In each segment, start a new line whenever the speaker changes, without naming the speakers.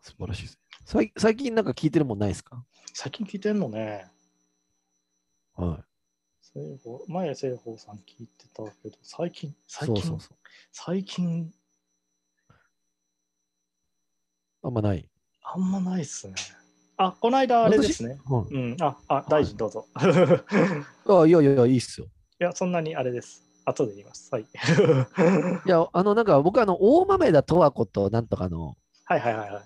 素晴らしいですね。さい最近なんか聞いてるもんないですか
最近聞いてんのね。
は
西郷前、西郷さん聞いてたけど、最近、
い。
最
そ
近、
うそうそ
最近、
う。あんまない。
あんまないっすね。あ、この間あれですね。
は
うん、あ、あ、大臣どうぞ。
い、あいやいやいや、いいっすよ。
いや、そんなにあれです。後で言います。はい。
いや、あの、なんか僕、あの、大豆田十和子となんとかの、
はいはいはいはい。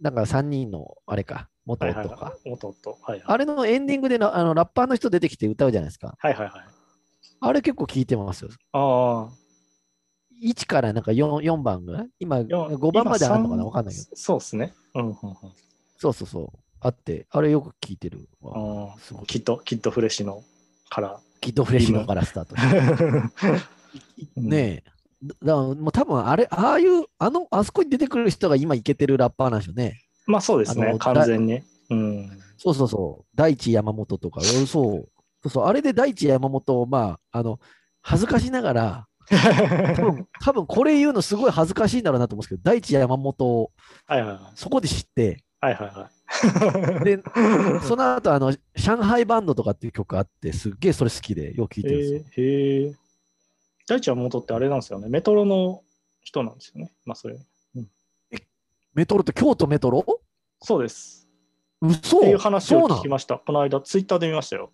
なんか3人の、あれか、元
はい
夫か。
はいはい。元夫。はいはい。
あれのエンディングでのあのラッパーの人出てきて歌うじゃないですか。
はいはいはい。
あれ結構聞いてますよ。
ああ。
1からなんか 4, 4番ぐらい今
よ
5番まであるのかな
今
わかんないけど。
そそうですね。うんうんうん
そうそうそう。あって、あれよく聞いてる
あ
わ。
ー。
すごい。
きっと、きっとフレッシュのから。
キッドフレッシュのからスタートして。
うん
ねえ。だだからもう多分あれ、ああいう、あの、あそこに出てくる人が今いけてるラッパーなんですよね。
まあそうです
あ
ね
の。
完全に。うん。
そうそうそう。大地山本とか、そうそうそう。あれで大地山本を、まあ、あの、恥ずかしながら、多 分多分これ言うのすごい恥ずかしいんだろうなと思うんですけど、大地山本を
はいはいはい。
そこで知って、
はいはいはい。
で、その後あの、上海バンドとかっていう曲あって、すっげえそれ好きで、よく聴いてるんですよ。
えーへえ。大地は元ってあれなんですよね。メトロの人なんですよね。まあそれ。
メトロって京都メトロ
そうです。
嘘
っていう話
そ
を
うな
聞
の
きました。この間、ツイッターで見ましたよ。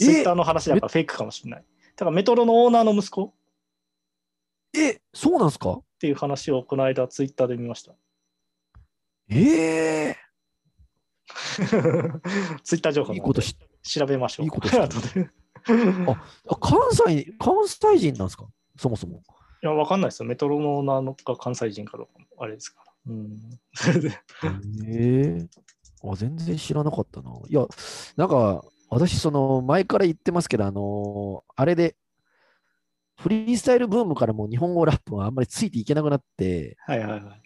え
ツイッターの話だからフェイクかもしれない。ただメトロのオーナーの息子っ
え、そうなんすか
ていう話をこの間、ツイッターで見ました。
ええ
ツイッター情報
いい
なん
こと
で
し
調べましょ
い
う。
いこと知った
後 でい
あ関西に、関西人なんですかそもそも。
や、わかんないですよ。メトロのオーナーのか関西人かどうかも、あれですから。うん。 それで
ええあ、全然知らなかったな。いや、なんか、私、その、前から言ってますけど、あのーあれで、フリースタイルブームからもう日本語ラップはあんまりついていけなくなって、
はいはいはい。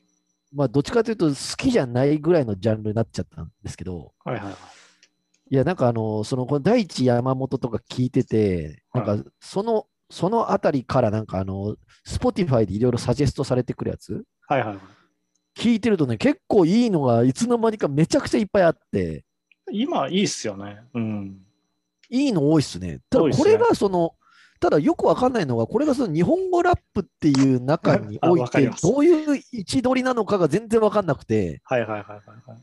まあ、どっちかというと好きじゃないぐらいのジャンルになっちゃったんですけど、
はいはいはい。
いや、なんかあの、その、この第一山本とか聞いてて、なん
は
か、その、そのあたりから、なんかあの、Spotify でいろいろサジェストされてくるやつ、
はいはいはい。
聞いてるとね、結構いいのが、いつの間にかめちゃくちゃいっぱいあって、
今、いいっすよね。うん。
いいの多いっすね。た
多い
だ、
っす
これ
ね
がその、ただよくわかんないのが、これがその日本語ラップっていう中に
あ
おい
わかり
て
ま、す
どういう位置取りなのかが全然わかんなくて、
はいはいはいはいはい。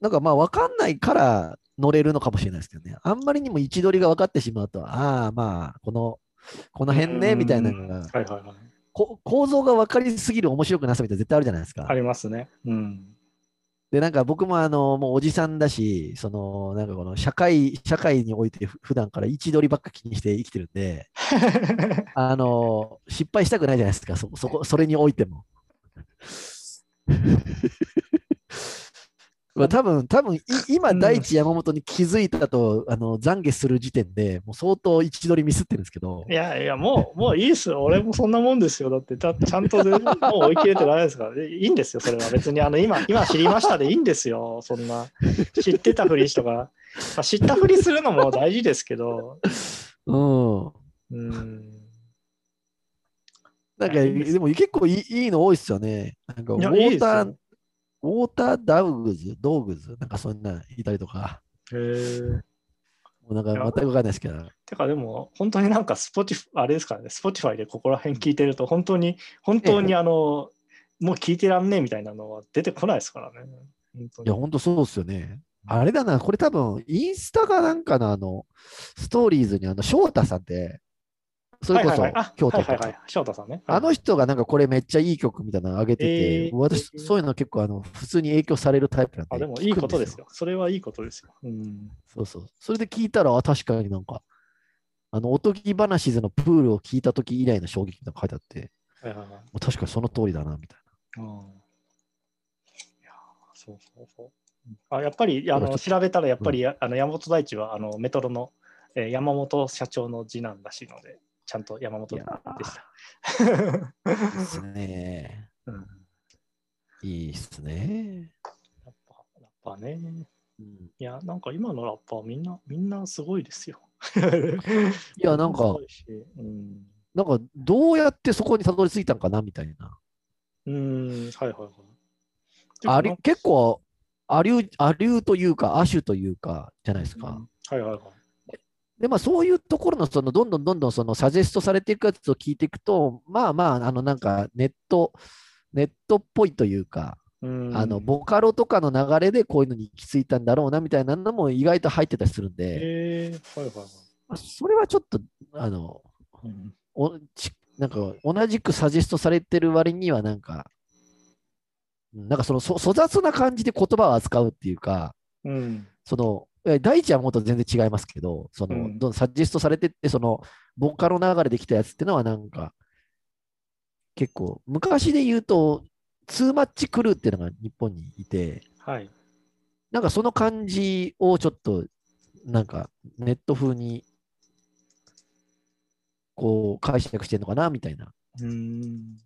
なんかまあ分かんないから乗れるのかもしれないですけどね。あんまりにも位置取りが分かってしまうと、ああまあ、この、この辺ね、みたいな
う
の
ん
が、
はいはいはい。
こ構造が分かりすぎる面白くなさみたいなの絶対あるじゃないですか
あ。りますね。うん。
で、なんか僕もあの、もうおじさんだし、その、なんかこの社会、社会においてふ普段から位置取りばっか気にして生きてるんで、あの、失敗したくないじゃないですか、そそこ、それにおいても。 まあ多分多分い今、
うん
大地山本に気づいたと、あの懺悔する時点で、もう相当位置取りミスってるんですけど
い、やいや、もう、もういいっすよ。俺もそんなもんですよ。だって、だちゃんと全もう追い切れてないですから。でいいんですよ、それは。別に、あの、今、今知りましたでいいんですよ。そんな。知ってたふりとか。まあ、知ったふりするのも大事ですけど。
うん、
うん。
なんか、
いいです
でも結構いいいいの多いっすよね。なんかウ
い
ォ
やいいで
ー
す
ター
よ
ウォーターダウグズ、ドーグズ、なんかそんなんいたりとか、
へー
もうなんか全くわかんないですけど、
てかでも、本当になんか、スポティフあれですからね、スポティファイでここら辺聞いてると、本当に、本当にあの、もう聞いてらんねえみたいなのは出てこないですからね。本当
いや、
に
ほんとそうっすよね。あれだな、これ多分、インスタかなんかのあの、ストーリーズにあの、翔太さんって、それこそ
はいはいはいあ、
京都
はい
と
はいは
か
い、翔太さんね。
あの人がなんかこれめっちゃいい曲みたいなの上げてて、
えー
私、そういうの結構あの、普通に影響されるタイプなんで。
あでもいい
聞くん
ことです。よ。それはいいことですよ。うん、
そうそう。それで聞いたら、あ、確かになんか、あの、おとぎ話図のプールを聞いた時以来の衝撃が書いてあって、
はいはいはい。
もう確かにその通りだな、みたい
うん、いやーそうそうそう。あやっぱりあ
ちょ
の
っと
調べたら、やっぱり、やあの山本大地はあのメトロの、えー山本社長の次男らしいので、ちゃんと山本
な。い
で
や
し
ー
た。
いいっすね。
うん、や
いいっすね。
っぱやっぱね。
うん
いや、なんか今のラッパーみんな、みんなすごいですよ。
い や、なん
す
か
ご、いしうん、
なんかどうやってそこにたどり着いたんかなみたいな。
うん、はいはいはい。
あり結構、アリュー、アリューというか、亜種というか、じゃないですか。
うんはいはいはい。
で、まあ、そういうところの、その、どんどんどんどん、その、サジェストされていくやつを聞いていくと、まあまあ、あの、なんか、ネット、ネットっぽいというか、
うん
あの、ボカロとかの流れでこういうのに行き着いたんだろうな、みたいなのも意外と入ってたりするんで、
へえはいはいはい
まあそれはちょっと、あの、
うん
おちなんか同じくサジェストされてる割にはなんか、うんなんかそのそ粗雑な感じで言葉を扱うっていうか、
うん。
そのえ大地はもっと全然違いますけど、その
うん
どんサジェストされてって、そのボカロ流れできたやつってのはなんか、結構昔で言うと、ツーマッチクルーっていうのが日本にいて、
はい。
なんかその感じをちょっと、なんかネット風に、こう解釈してるのかなみたいな。
うん。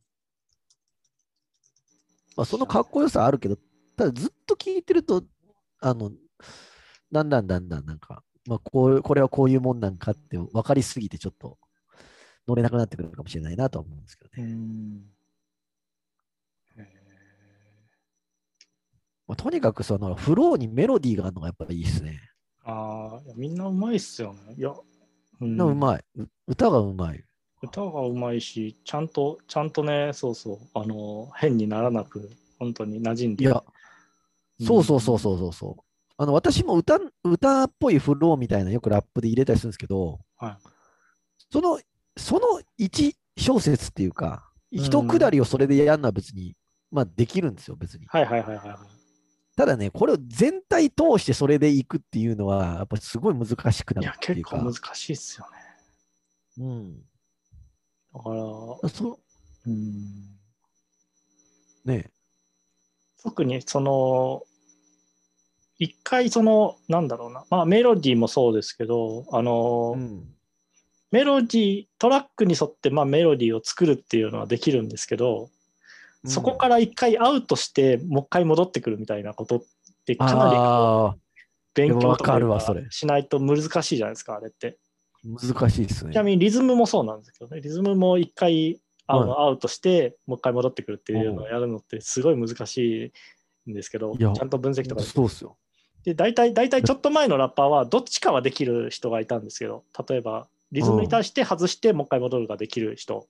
まあ、そのかっこよさあるけど、ただずっと聞いてると、あの、だんだんだんだんなんか、まあ、こうこれはこういうもんなんかって分かりすぎてちょっと乗れなくなってくるかもしれないなとは思うんですけどね。
うん。へえ
まあ、とにかくそのフローにメロディーがあるのがやっぱりいいですね。
ああ、いやみんなうまいっすよね。いや、うん
なうまい。う歌がうまい。
歌がうまいし、ちゃんと、ちゃんとね、そうそう、あの、変にならなく、本当に馴染ん
い
で。
や、
ん
そうそうそうそうそうそう。あの私も歌歌っぽいフローみたいなのよくラップで入れたりするんですけど、
は
そのその1小節っていうか、
うん
一くだりをそれでやるのは別に、まあできるんですよ、別に。
はいはいはいはいはい。
ただね、これを全体通してそれでいくっていうのは、やっぱりすごい難しくないる
や、
ってい
結
うか。
構難しいっすよね。
うん、
だから、
そ
うん、
ね
特にその、一回その、なんだろうな、まあメロディーもそうですけど、あの、
うん
メロディー、トラックに沿ってまあメロディーを作るっていうのはできるんですけど、そこから一回アウトして、もう一回戻ってくるみたいなことって、かなり
ああ
勉強と
わか
か
るわそれ
しないと難しいじゃないですか、あれって。
難しいですね
ちな。みにリズムもそうなんですけどね、リズムも一回あの、アウトして、もう一回戻ってくるっていうのをやるのってすごい難しいんですけど、
い
ち
や
ゃんと分析とかで
そうっすよ。
で大体、大体ちょっと前のラッパーはどっちかはできる人がいたんですけど、例えばリズムに対して外してもう一回戻るができる人、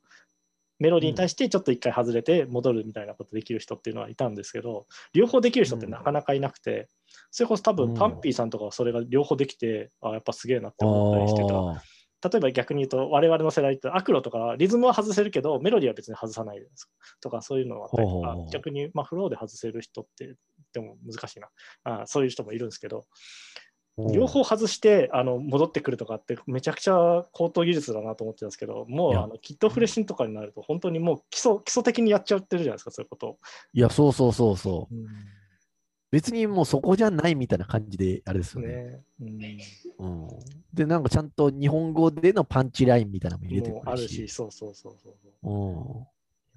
メロディーに対してちょっと一回外れて戻るみたいなことできる人っていうのはいたんですけど、両方できる人ってなかなかいなくて、それこそ多
うん
分パンピーさんとかはそれが両方できて、あやっぱすげえなって
あ
思ったりしてた。
ー
例えば逆に言うと、我々の世代ってアクロとかはリズムは外せるけど、メロディーは別に外さないですかとか、そういうのがあったりと
ほうほうほ
か
う、
逆にまあフローで外せる人って、でも難しいなあー、そういう人もいるんですけど、両方外してあの戻ってくるとかって、めちゃくちゃ高等技術だなと思ってたんですけど、も
いうや
あのキットフレッシンとかになると、本当にもう基礎基礎的にやっちゃってるじゃないですか、そういうことを。
いや、そうそうそうそう。別にもうそこじゃないみたいな感じで、あれですよね
ねうん
うん。で、なんかちゃんと日本語でのパンチラインみたいなのも入れてく
もうあ
る
る
し。
し、そうそうそうそうそう。
うん。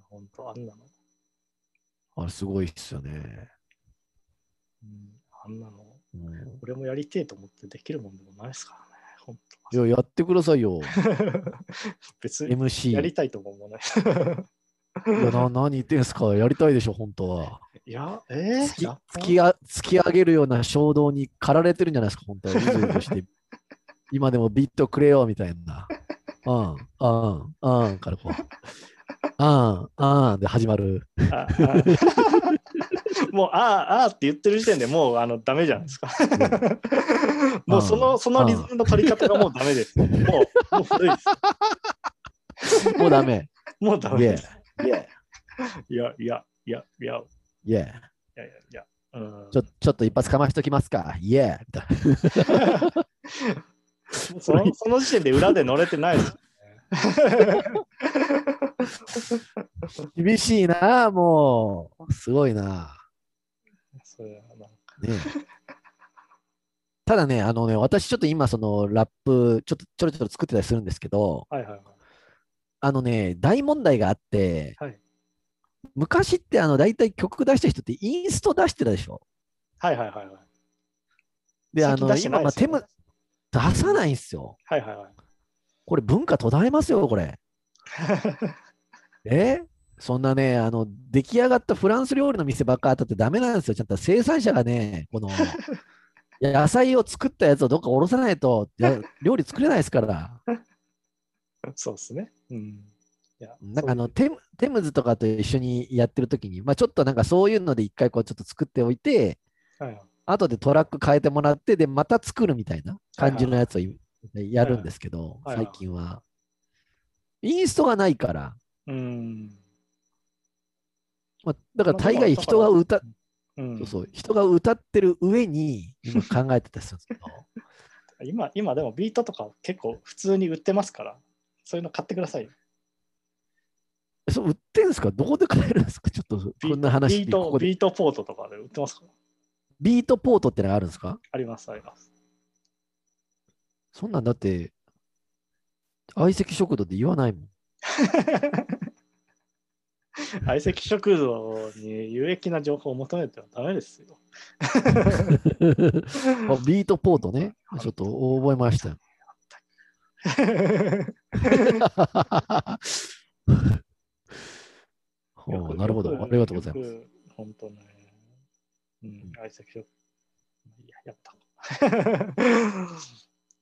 本当、あんなの。
あれすごいっすよね。
うんあんなの
うん
俺もやりてえと思ってできるもんでもないですからね。本
いや、やってください よ。
当別に
MC。
やりたいとも思わない。
いやな何言ってんすかやりたいでしょ、本当は。
いや、えー
突き
やっぱ
突きあ突き上げるような衝動に駆られてるんじゃないですか、本当は。うずうず して、今でもビットくれよみたいな。うん、うん、うんからこう。うん、うんで始まる。
あ あもう、あーあーって言ってる時点でもうあのダメじゃないですか。 もうそのそのリズムの取り方がもうダメです。もうもう古いです。
もうダメ。
もうダメです。
Yeah
いや、いや、いや、いや、い
Yeah
や、いや、うん
ちょちょっと一発かましときますか。Yeah みたいな
そのその時点で裏で乗れてないです。
厳しいな、もう。すごいな。
それはなんか
ねえ ただね、あのね、私ちょっと今、そのラップ、ちょっとちょろちょろ作ってたりするんですけど、
はいはいはい。
あのね、大問題があって、
はい
昔ってあの大体曲出した人ってインスト出してたでしょ。
はいはいはいはい。
で、あ
最近
の、
出して
今、
な
ま
いで
あ、手も出
すよね
さないんですよ。
はいはいはい。
これ文化途絶えますよ、これ。えそんなね、あの、出来上がったフランス料理の店ばっかあったってダメなんですよ。ちゃんと生産者がね、こ の、野菜を作ったやつをどっかおろさないと、いや料理作れないですから。
そうですね。うん。いや
なんかあの、テムテムズとかと一緒にやってる時に、まあちょっとなんかそういうので一回こうちょっと作っておいて、
そうはい
後でトラック変えてもらって、で、また作るみたいな感じのやつをいやるんですけど、
はいはい
最近は。インストがないから、
うん。
まあ、だから大概人が歌っ、
うん、
そうそう人が歌ってる上に今考えてたりするんですけ ど、
今、今でもビートとか結構普通に売ってますから、そういうの買ってくださいよ。
そう売ってんですかどこで買えるんですかちょっとこんな話
ビー
で
ト
ここでビ
ビートポートとかで売ってますから。
ートポートってのがあるんですか
あります、あ ります。
そんなんだって、相席食堂で言わない もん。
相席食堂に有益な情報を求めてはダメですよ。
あビートポートね。ちょっと覚えましたよ。
よ
ほ
く
うなるほど。
よく
ありがとうございます。
よく本当ね。うん、相席食堂。いや、やった。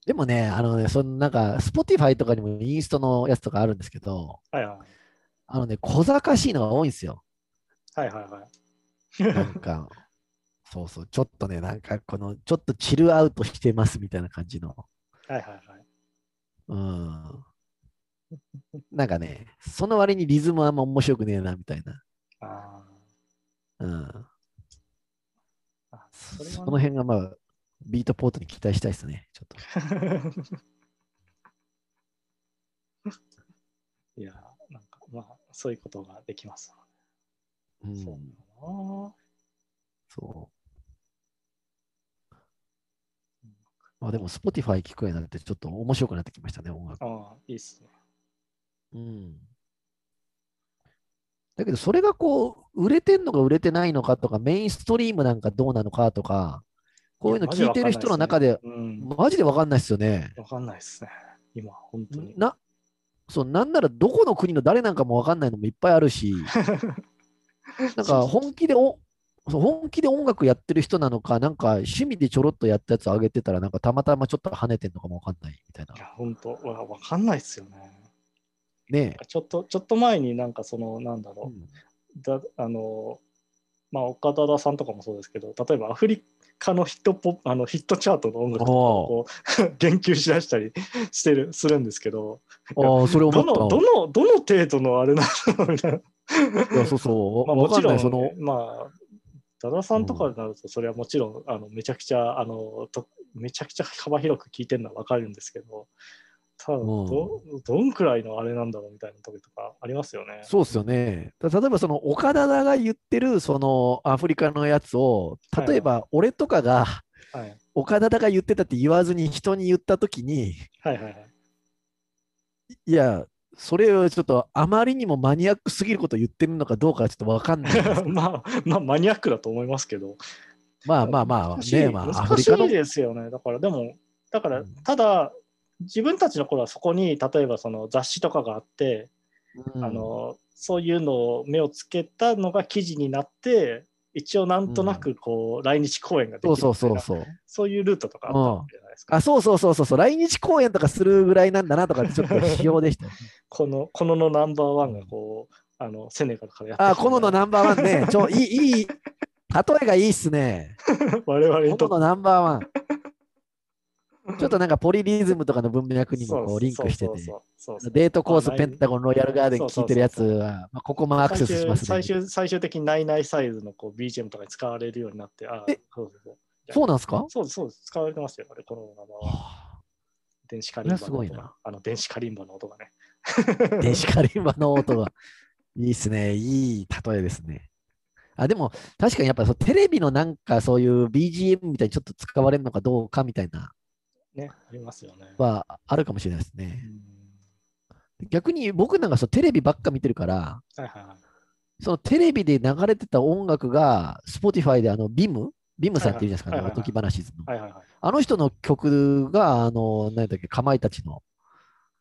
でもね、あのね、そのなんか、Spotify とかにもインストのやつとかあるんですけど、
はいはい
あのね、小賢しいのが多いんですよ。
はいはいはい。
なんか、そうそう、ちょっとね、なんか、この、ちょっとチルアウトしてますみたいな感じの。
はいはいはい。
うん。なんかね、その割にリズムはあんま面白くねえな、みたいな。
あ
うん。
ーあ、そ
そ
れ
そ
は
の辺がまあ、ビートポートに期待したいですね。ちょっと。
いや、なんかまあ、そういうことができます。
うん、
そうだな
そう。まあでも、Spotify 聞くようになって、ちょっと面白くなってきましたね、音楽。
ああ、いいっすね。
うん。だけど、それがこう、売れてんのか売れてないのかとか、メインストリームなんかどうなのかとか、こういうの聞いてる人の中で、
うん、
マジでわかんないですよね。
わかんないっすね。今、本当に。。
な、そう、なんならどこの国の誰なんかもわかんないのもいっぱいある し、なんか本気でお、そう本気で音楽やってる人なのか、なんか趣味でちょろっとやったやつ上げてたら、なんかたまたまちょっと跳ねてんのかもわかんないみたいない
や、本当わわかんないっすよね。
ね
ちょっと、ちょっと前になんかその、なんだ
え。
ろう、だあの、まあ、岡田さんとかもそうですけど、例えばアフリカのヒットポップあのヒットチャートの音楽とかをこう 言及しだしたりしてる、するんですけど、
ああ、それ思
ど
った
の、どの、どの程度のあれなの みたいな。
いや、そうそう。
まあ、
わ
も
か
ち
ん
ろ、
なんい、その、
まあ、ダダさんとかになると、それはもちろん、あのめちゃくちゃあのと、めちゃくちゃ幅広く聞いてるのは分かるんですけど、ただど、どんくらいのあれなんだろうみたいな時とかありますよね。
そうっすよね。た例えば、その、岡田が言ってる、その、アフリカのやつを、例えば、俺とかが、
はい、
岡田が言ってたって言わずに人に言ったときに、
はいはいはい。
いや、それをちょっとあまりにもマニアックすぎることを言ってるのかどうかはちょっとわかんないですけ ど。
まあ、まあ、マニアックだと思いますけど、
まあまあまあ、
難しい
ねまあ、アフ
難
リ
し
カの
い。ですよね。だから、でも、だから
うん、
ただ、自分たちの頃はそこに、例えばその雑誌とかがあって、
うん
あのそういうのを目をつけたのが記事になって一応なんとなくこう、来日公演ができ
そ
る
うそうそ
み
う
たいな
そう。
そういうルートとかあったわけじゃないですか、
あ、そうそうそうそうそう。来日公演とかするぐらいなんだなとかってちょっと批評でしたよね。
このこののナンバーワンがこうあのセネガルからやって
あ、
きた
こののナンバーワンね。ちょ、いい、いい。例えがいいっすね。
我々
こ
にとっ
ののナンバーワ ン。ちょっとなんかポリリズムとかの文脈
て
にもこうリンクしてて。
そうそうそうそう
デートコース
あ、
ペンタゴン、ロイヤルガーデン
そうそ
聞
うそう
いてるやつは、まあここもアクセスしますね。
最終最終最終的にナイナイサイズのこう BGM とかに使われるようになってあ
え
そうそうそう
そうなんですか
そうですそうです使われてますよあれこのナンバーワン電子カリンバの
いやすごい
音が
な
あの電子カリンバの音がね
電子カリンバの音が。いいっすね。いい例えですね。あ、でも、確かにやっぱそうテレビのなんかそういう BGM みたいにちょっと使われるのかどうかみたいな
ねありますよね、
はあるかもしれないです
う
ね。
ん
逆に僕なんかそうテレビばっか見てるから、
はいはいはい。
そのテレビで流れてた音楽が Spotify であのビムビムさんっているじゃないですか、
はいはい
あのおとき話の。
はいはいはい。
あの人の曲が、あの、何だっけ、かまいたちの、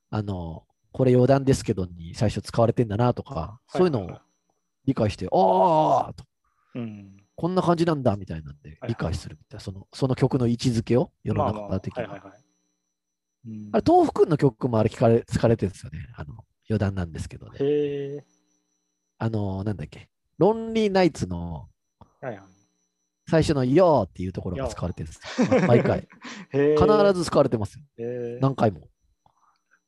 あの、これ余談ですけどに最初使われてんだなとか、そういうのを理解して、ああと、
うん。
こんな感じなんだみたいなんで
はい
理解するみたいな、そのその曲の位置づけを世の
まあまあ
中的に。
はいはいはいうん
あれ、豆腐くんの曲もあれ聞かれ、疲れてるんですよね。あの、余談なんですけどね。
へえ。
あの、なんだっけ。ロンリーナイツの
はいはい
最初のよーっていうところが使われてるんですよ。ま毎回。
へ え
必ず使われてますよ。
へえ
何回も。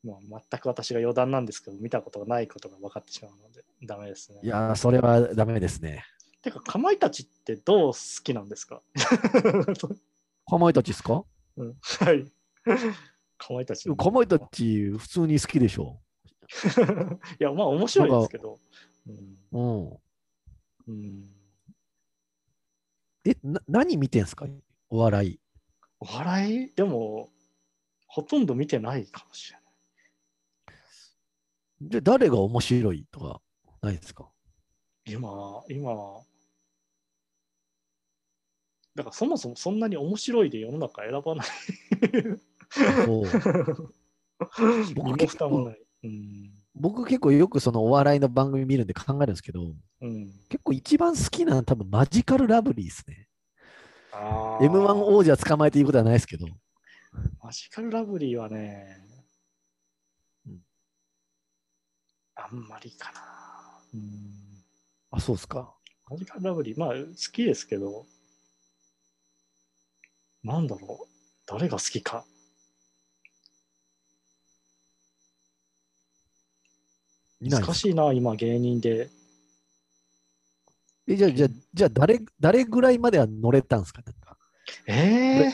もう全く私が余談なんですけど、見たことがないことが分かってしまうので、ダメですね。
いやー、それはダメですね。
てか、かまいたちってどう好きなんですか
かまいたちですか
はい。か まいたちの。
かまいたち、普通に好きでしょ。
いや、まあ面白いですけど。うん
うん。
うん、
え、な何見てんすかお笑い。
お笑いでも、ほとんど見てないかもしれない。
で、誰が面白いとか、ないですか
今、今、だからそもそもそんなに面白いで世の中選ばない。
そう
身も
僕結
蓋も
構
な、い。うん。
僕結構よくそのお笑いの番組見るんで考えるんですけど、
うん。
結構一番好きなのは多分マジカルラブリーですね。
あー
M1 王者捕まえて言うことはないですけど、
マジカルラブリーはね
うん、
あんまりかな。うん。
あ、そうですか。
マジカルラブリー、まあ好きですけど、なんだろう、誰が好きか。
いない
難しいな、今芸人で。
えじゃあ、じゃあ、じゃあ誰、誰ぐらいまでは乗れたんですかなんか、
え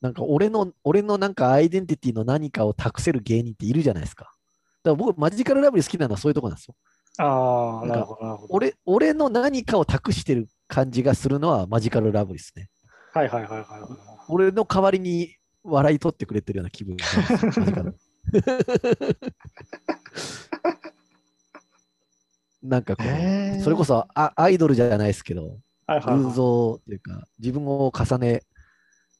なんか俺の、俺のなんかアイデンティティの何かを託せる芸人っているじゃないですか。だから僕、マジカルラブリー好きなのはそういうとこなんですよ。
ー、あ
な
あ、
んか
なるほど、なるほど。
俺、俺の何かを託してる感じがするのはマジカルラブリーですね。
はいはいはいはいは
俺の代わりに笑い取ってくれてるような気分がマジカルなんかこ
い。
う、
え
それこ
そ、
そあアイドルじゃないですけど、
はいはい
偶
はい、
像というか、自分を重ね、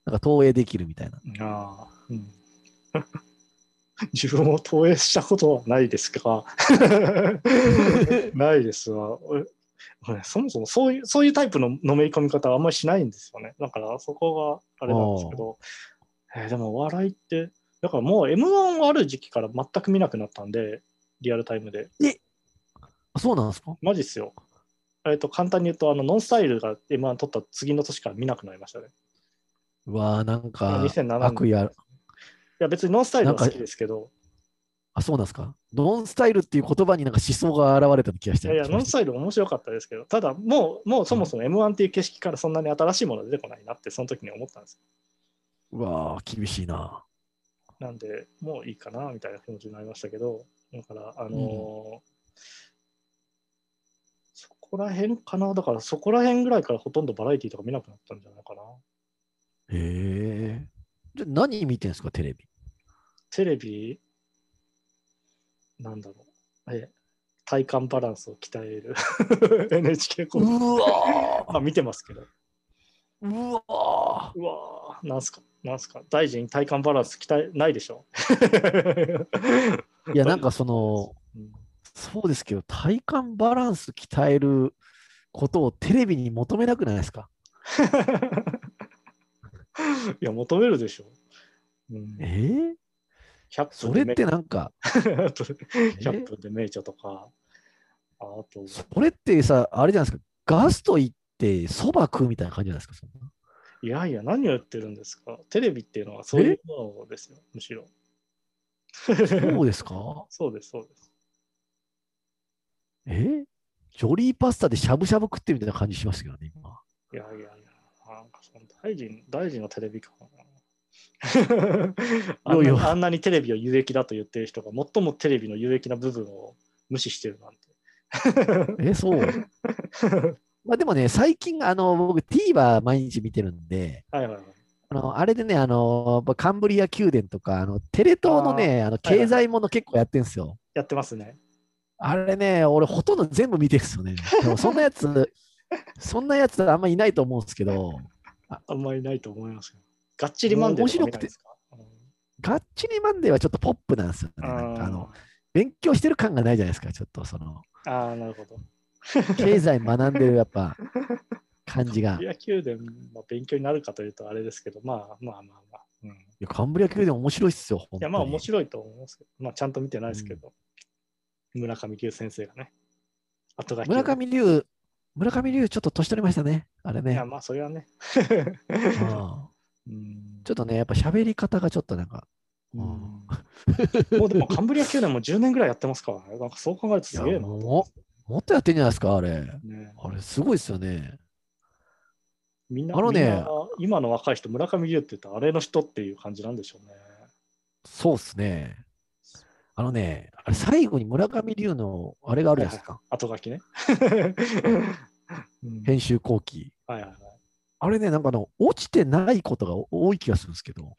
なんか投影できるみたいな。
あーうん 自分を投影したことはないですが、 ないですわ。俺俺そもそもそういうそういうタイプののめり込み方はあんまりしないんですよね。だからそこがあれなんですけど、えーでもお笑いって、だからもう M1 をある時期から全く見なくなったんで、リアルタイムで。
あそうなんですか
マジっすよ。えっと、簡単に言うと、あの、ノンスタイルが M1 取った次の年から見なくなりましたね。
うわあなんか
2007年
悪意ある。
いや、別にノンスタイルは
なんか
好きですけど、
あ、そうなんですかノンスタイルっていう言葉になんか思想が現れた気がし
い
て
やいや、ノンスタ
イ
イル面白かったですけど、ただ、もう、もうそもそも M1 っていう景色からそんなに新しいものは出てこないなって、その時に思ったんです
ル。うわあ厳しいな。
よ。なんで、もういいかな、みたいな気持ちになりましたけど、だから、あのーそこら辺かな、だからそこら辺ぐらいからほとんどバラエティとか見なくなったんじゃないかな。
へえ。じゃあ何見てんですかテレビ。
テレビ、なんだろう、え、体幹バランスを鍛える NHK コ
う
ンビ
わ
まあ見てますけど、
ーうわ
うわーなんすか、なんすか、大臣体幹バランス鍛えないで しょ。
ーいや、なんかその、
うん
そうですけど、体幹バランス鍛えることをテレビに求めなくないですか
いや、求めるでしょ。うん、
えー、
100
それ
分
って
で
なんか、
名あと
え
100分で名著とか、あと、
それってさ、あれじゃないですか、ガスト行ってそば食うみたいな感じじゃないですか、そんない
やいや、何を言ってるんですか。テレビっていうのはそういうものですよ、むしろ。
そうですか
そうです、そうです。
えジョリーパスタでしゃぶしゃぶ食ってるみたいな感じしましたけどね、今。
いやいやいや、なんかその大臣、大臣のテレビか
いやい
な。あんな
や
あんなにテレビを有益だと言ってる人が最もテレビの有益な部分を無視してるなんて。
え、 そう。まあでもね、最近、あの、僕 TVer 毎日見てるんで、
はいはいはい。
あの、あれでね、あの、やっぱカンブリア宮殿とか、あの、テレ東のね、あの、
はいはい
経済もの結構やってんすよ。
やってますね。
あれね、俺ほとんど全部見てるんですよね。でもそんなやつ、そんなやつあんまいないと思うんですけど、
あんまりないと思いますけど。がっちりマンデーとか見ないですか
ガッチリマンデーはちょっとポップなんですよね。なんかあの勉強してる感がないじゃないですか、ちょっとそ の、
あーあー、なるほど。
経済学んでるやっぱ感じが。い
野球でも勉強になるかというとあれですけど、まあまあまあまあ。うん、い
やカンブリア宮殿面白いっすよ、本当
や、
に
まあ面白いと思いますけど、まあちゃんと見てないですけど、村上龍先生がね、後書きを
村上龍、村上龍、ちょっと年取りましたね、あれ
い
ね
や、。まあそれはね。
うんちょ
うん
っとね、やっぱ喋り方がちょっとなんか、
う
うんん
もうでもカンブリア宮殿も10年ぐらいやってますからね、なんかそう考えるとすげえなと思
もっとやってんじゃないですか、あれ。
う、ね。
あれ、すごいっすよね。
みんな、
あのね
みんな今の若い人、村上龍って言ったらあれの人っていう感じなんでしょうね。
そうっすね。あのね、あれ最後に村上龍のあれがあるじゃないですか、
後書きね。うん
編集後期。
はいはいはい
あれね、なんかあの、落ちてないことが多い気がするんですけ ど、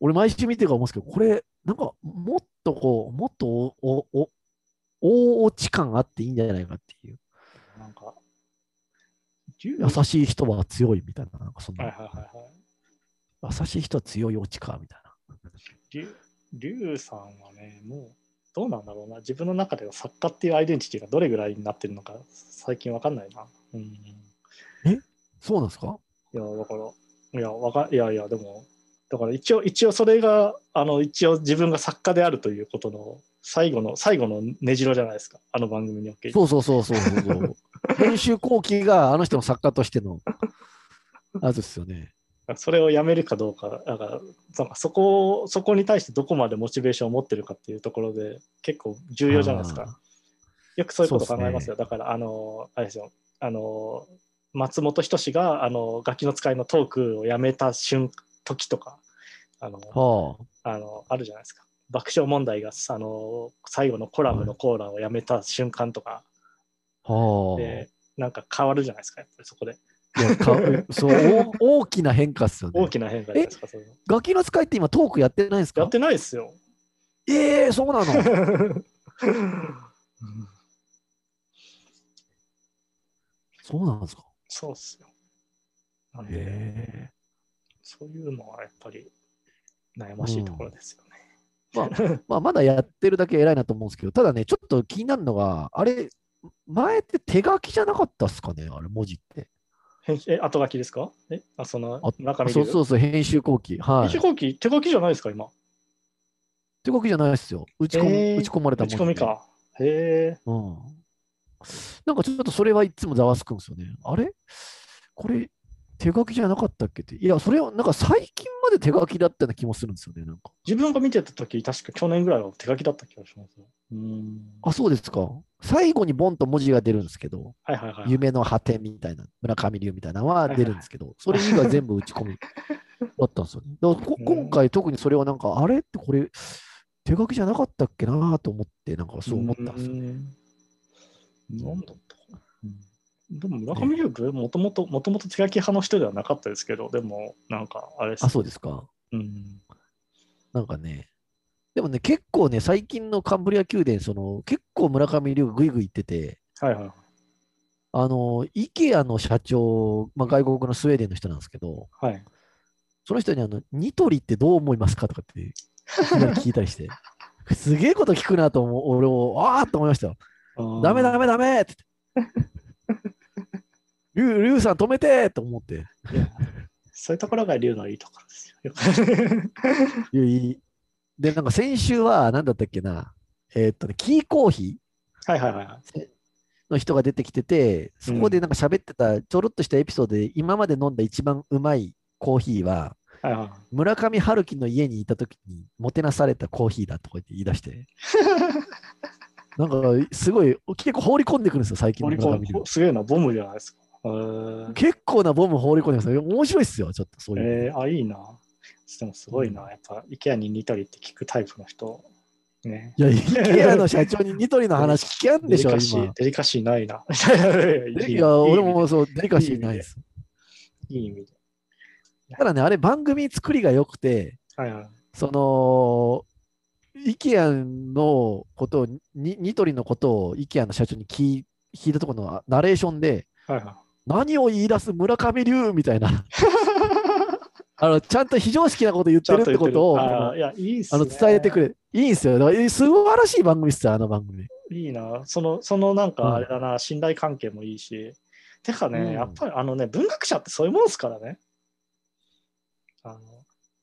俺、毎週見てるから思うんですけど、これ、なんか、もっとこう、もっとお、お、お、大落ち感あっていいんじゃないかっていう、
なんか、龍
優しい人は強いみたいな、なんかそん
はい
な、
はいはいはい。
優しい人は強い落ちか、みたいな。
龍龍さんはね、もうどうなんだろうな、自分の中では作家っていうアイデンティティがどれぐらいになってるのか、最近わかんないな。うん、い
そうなんですか
や、だから、いや、わかいやいや、でも、だから一応、一応それが、あの、一応自分が作家であるということの最後の、最後の根城じゃないですか、あの番組における。
そうそうそうそうそう そう。編集後期があの人の作家としての、あれですよね。
それをやめるかどうか、だからなんかそこをそこに対してどこまでモチベーションを持ってるかっていうところで結構重要じゃないです
あー
か。よくそういうこと
そう
考
ですね
えますよ。だから、あの、あれですよ、あの、松本人志が、あの、ガキの使いのトークをやめた瞬、時とか、あの、
はあ。
あのあるじゃないですか。爆笑問題が、あの、最後のコラムのコーナーをやめた瞬間とか
はあ。
で、なんか変わるじゃないですか、やっぱりそこで。
いやかそうお大 きな変化っすよね。
大きな変化じゃないですか、そういうの
ガキの使いって今トークやってないんですか
やってないですよ。
ええそう なのそうなんですか
そうっすよ。なんで、
え
そういうのはやっぱり悩ましいところですよね。
えまあ、まだやってるだけ偉いなと思うんですけど、ただね、ちょっと気になるのが、あれ、前って手書きじゃなかったっすかねあれ、文字って。
編集え、後書きですかえ、あその
あ
村上龍
そうそうそう、編集後期。は
編
い。
集
手
後期、手書きじゃないですか、今。
書きじゃないっすよ。打ち込,、
ええ
打ち込まれた
打
文字
ち
で
込み。か。へえ。
うん。なんかちょっとそれはいつもざわつくんですよね。あれこれ、手書きじゃなかったっけって。いや、それはなんか最近まで手書きだったような気もするんですよね。なんか。
自分が見てた時、確か去年ぐらいは手書きだった気がしますよ。うーん。
あ、そうですか。最後にボンと文字が出るんですけど、
はいはいはい。
夢の果てみたいな、村上龍みたいなのは出るんですけど、それ以外全部打ち 込みだったんですよね。だからこ
うん
今回特にそれはなんか、あれってこれ、手書きじゃなかったっけなと思って、なんかそう思ったんですよ。
うーんなんだったかなうんでも村上龍君、もともと、もともと手書き派の人ではなかったですけど、でも、なんか、あれです
あ、そうですか。
うん。
なんかね。でもね、結構ね、最近のカンブリア宮殿、その、結構村上龍がぐいぐい行ってて、
はいはいはい。
あの、IKEA の社長、まあ、外国のスウェーデンの人なんですけど、
はい。
その人にあの、ニトリってどう思いますかとかっていきなり聞いたりして、すげえこと聞くなと思う、俺を、ああと思いましたよ。ダメダメダメって言って。リュウリュウさん止めてと思って。
いやそういうところが龍のいいところですよよく。
いやいいで、なんか先週は、なんだったっけな、えーっとね、キーコーヒ
はいはいはいはい。
ーの人が出てきてて、そこでなんか喋ってた、ちょろっとしたエピソードで、今まで飲んだ一番うまいコーヒーは、
はいはいは
村上春樹の家にいた時にもてなされたコーヒーだとか言って言い出して、なんかすごい結構放り込んでくるんですよ、最
い
近
ボ
の
リ
村
コ
上龍
ン。すげえな、ボムじゃないですか。えー
結構なボム放り込んでますよ。面白いっすよ、ちょっとそういう。
えーあ、いいな。でもすごいな。やっぱ、IKEA にニトリって聞くタイプの人。ね。
いや、IKEA の社長にニトリの話聞きあんでしょ、
デリカシー
今。
デリカシーない な。
いや、俺もそう、デリカシーないです。
いい意味で。
ただね、あれ、番組作りが良くて、
はいはい。
その、IKEA のことを、にニトリのことを IKEA の社長に聞い聞いたところのナレーションで、
はいはい。
何を言い出す村上龍みたいな、あのちゃんと非常識なこと言ってるってことを、こ
あ
の
ーいや、いいっす
あ
ね。
の伝えてくれ。いいんですよ。だから素晴らしい番組ですよ、あの番組。
いいな。その、そのなん
うん
かあれだな、信頼関係もいいし。てかね、
うん
やっぱりあのね、文学者ってそういうもんですからね。あの、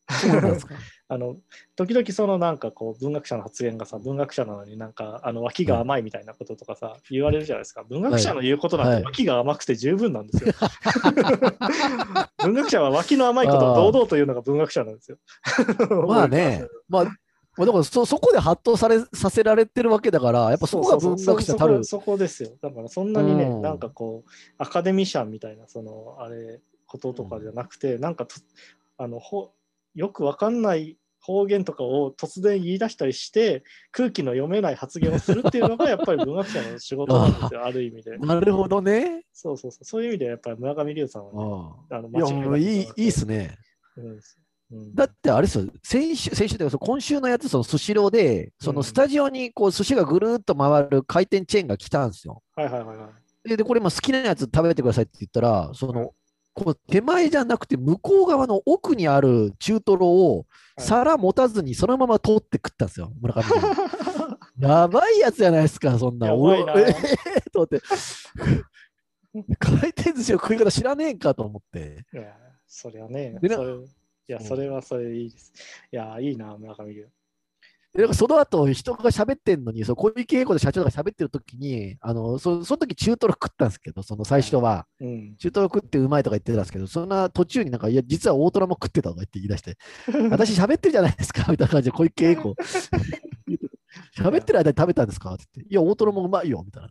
そうなんですか
あの時々そのなんかこう文学者の発言がさ文学者なのになんかあの脇が甘いみたいなこととかさ言われるじゃないですか文学者の言うことなん
は
て
い
脇が甘くて十分なんで すよ、文学者は脇の甘いことを堂々と言うのが文学者なんですよ
まあね、まあ、まあ、だからそそこで発動されさせられてるわけだから、やっぱそこが文学者たる。
そこそこですよだからそんなにね、
うん
なんかこうアカデミシャンみたいなそのあれこととかじゃなくて、なんかとあのほよくわかんない方言とかを突然言い出したりして空気の読めない発言をするっていう のがやっぱり文学者の仕事なんですよある意味で
なるほどね。
そうそうそうそういう意味でやっぱり村上龍さんはね
あ
あの
あいや、もういい、いいっ
ね、
すね。
うんうん
だってあれですよ、先週、先週というかその今週のやつ、そのスシローで、そのスタジオにこう寿司がぐるーっと回る回転チェーンが来たんですよ。
はいはいは いはい
で、でこれ、好きなやつ食べてくださいって言ったら、その、こう手前じゃなくて、向こう側の奥にある中トロを、
はい
皿持たずにそのまま通って食ったんですよ、村上さ んやばいやつじゃないですか、そんな。
やばいな
おえーと思って。 回転寿司の食い方知らねえんかと思って。
いや、それはね、
でな
それいや、
そう
それはそれでいいです。いや、いいな、村上龍。
でなんかその後人が喋ってんのに、そう小池栄子と社長が喋ってる時に、あのそその時中トロ食ったんですけど、その最初は、
うん。
中トロ食ってうまいとか言ってたんですけど、そんな途中になんか、いや、実は大トロも食ってたとか言って言い出 して、私喋ってるじゃないですか、みたいな感じで小池栄子。 喋ってる間に食べたんですかって言って、いや、大トロもうまいよ、みたいな。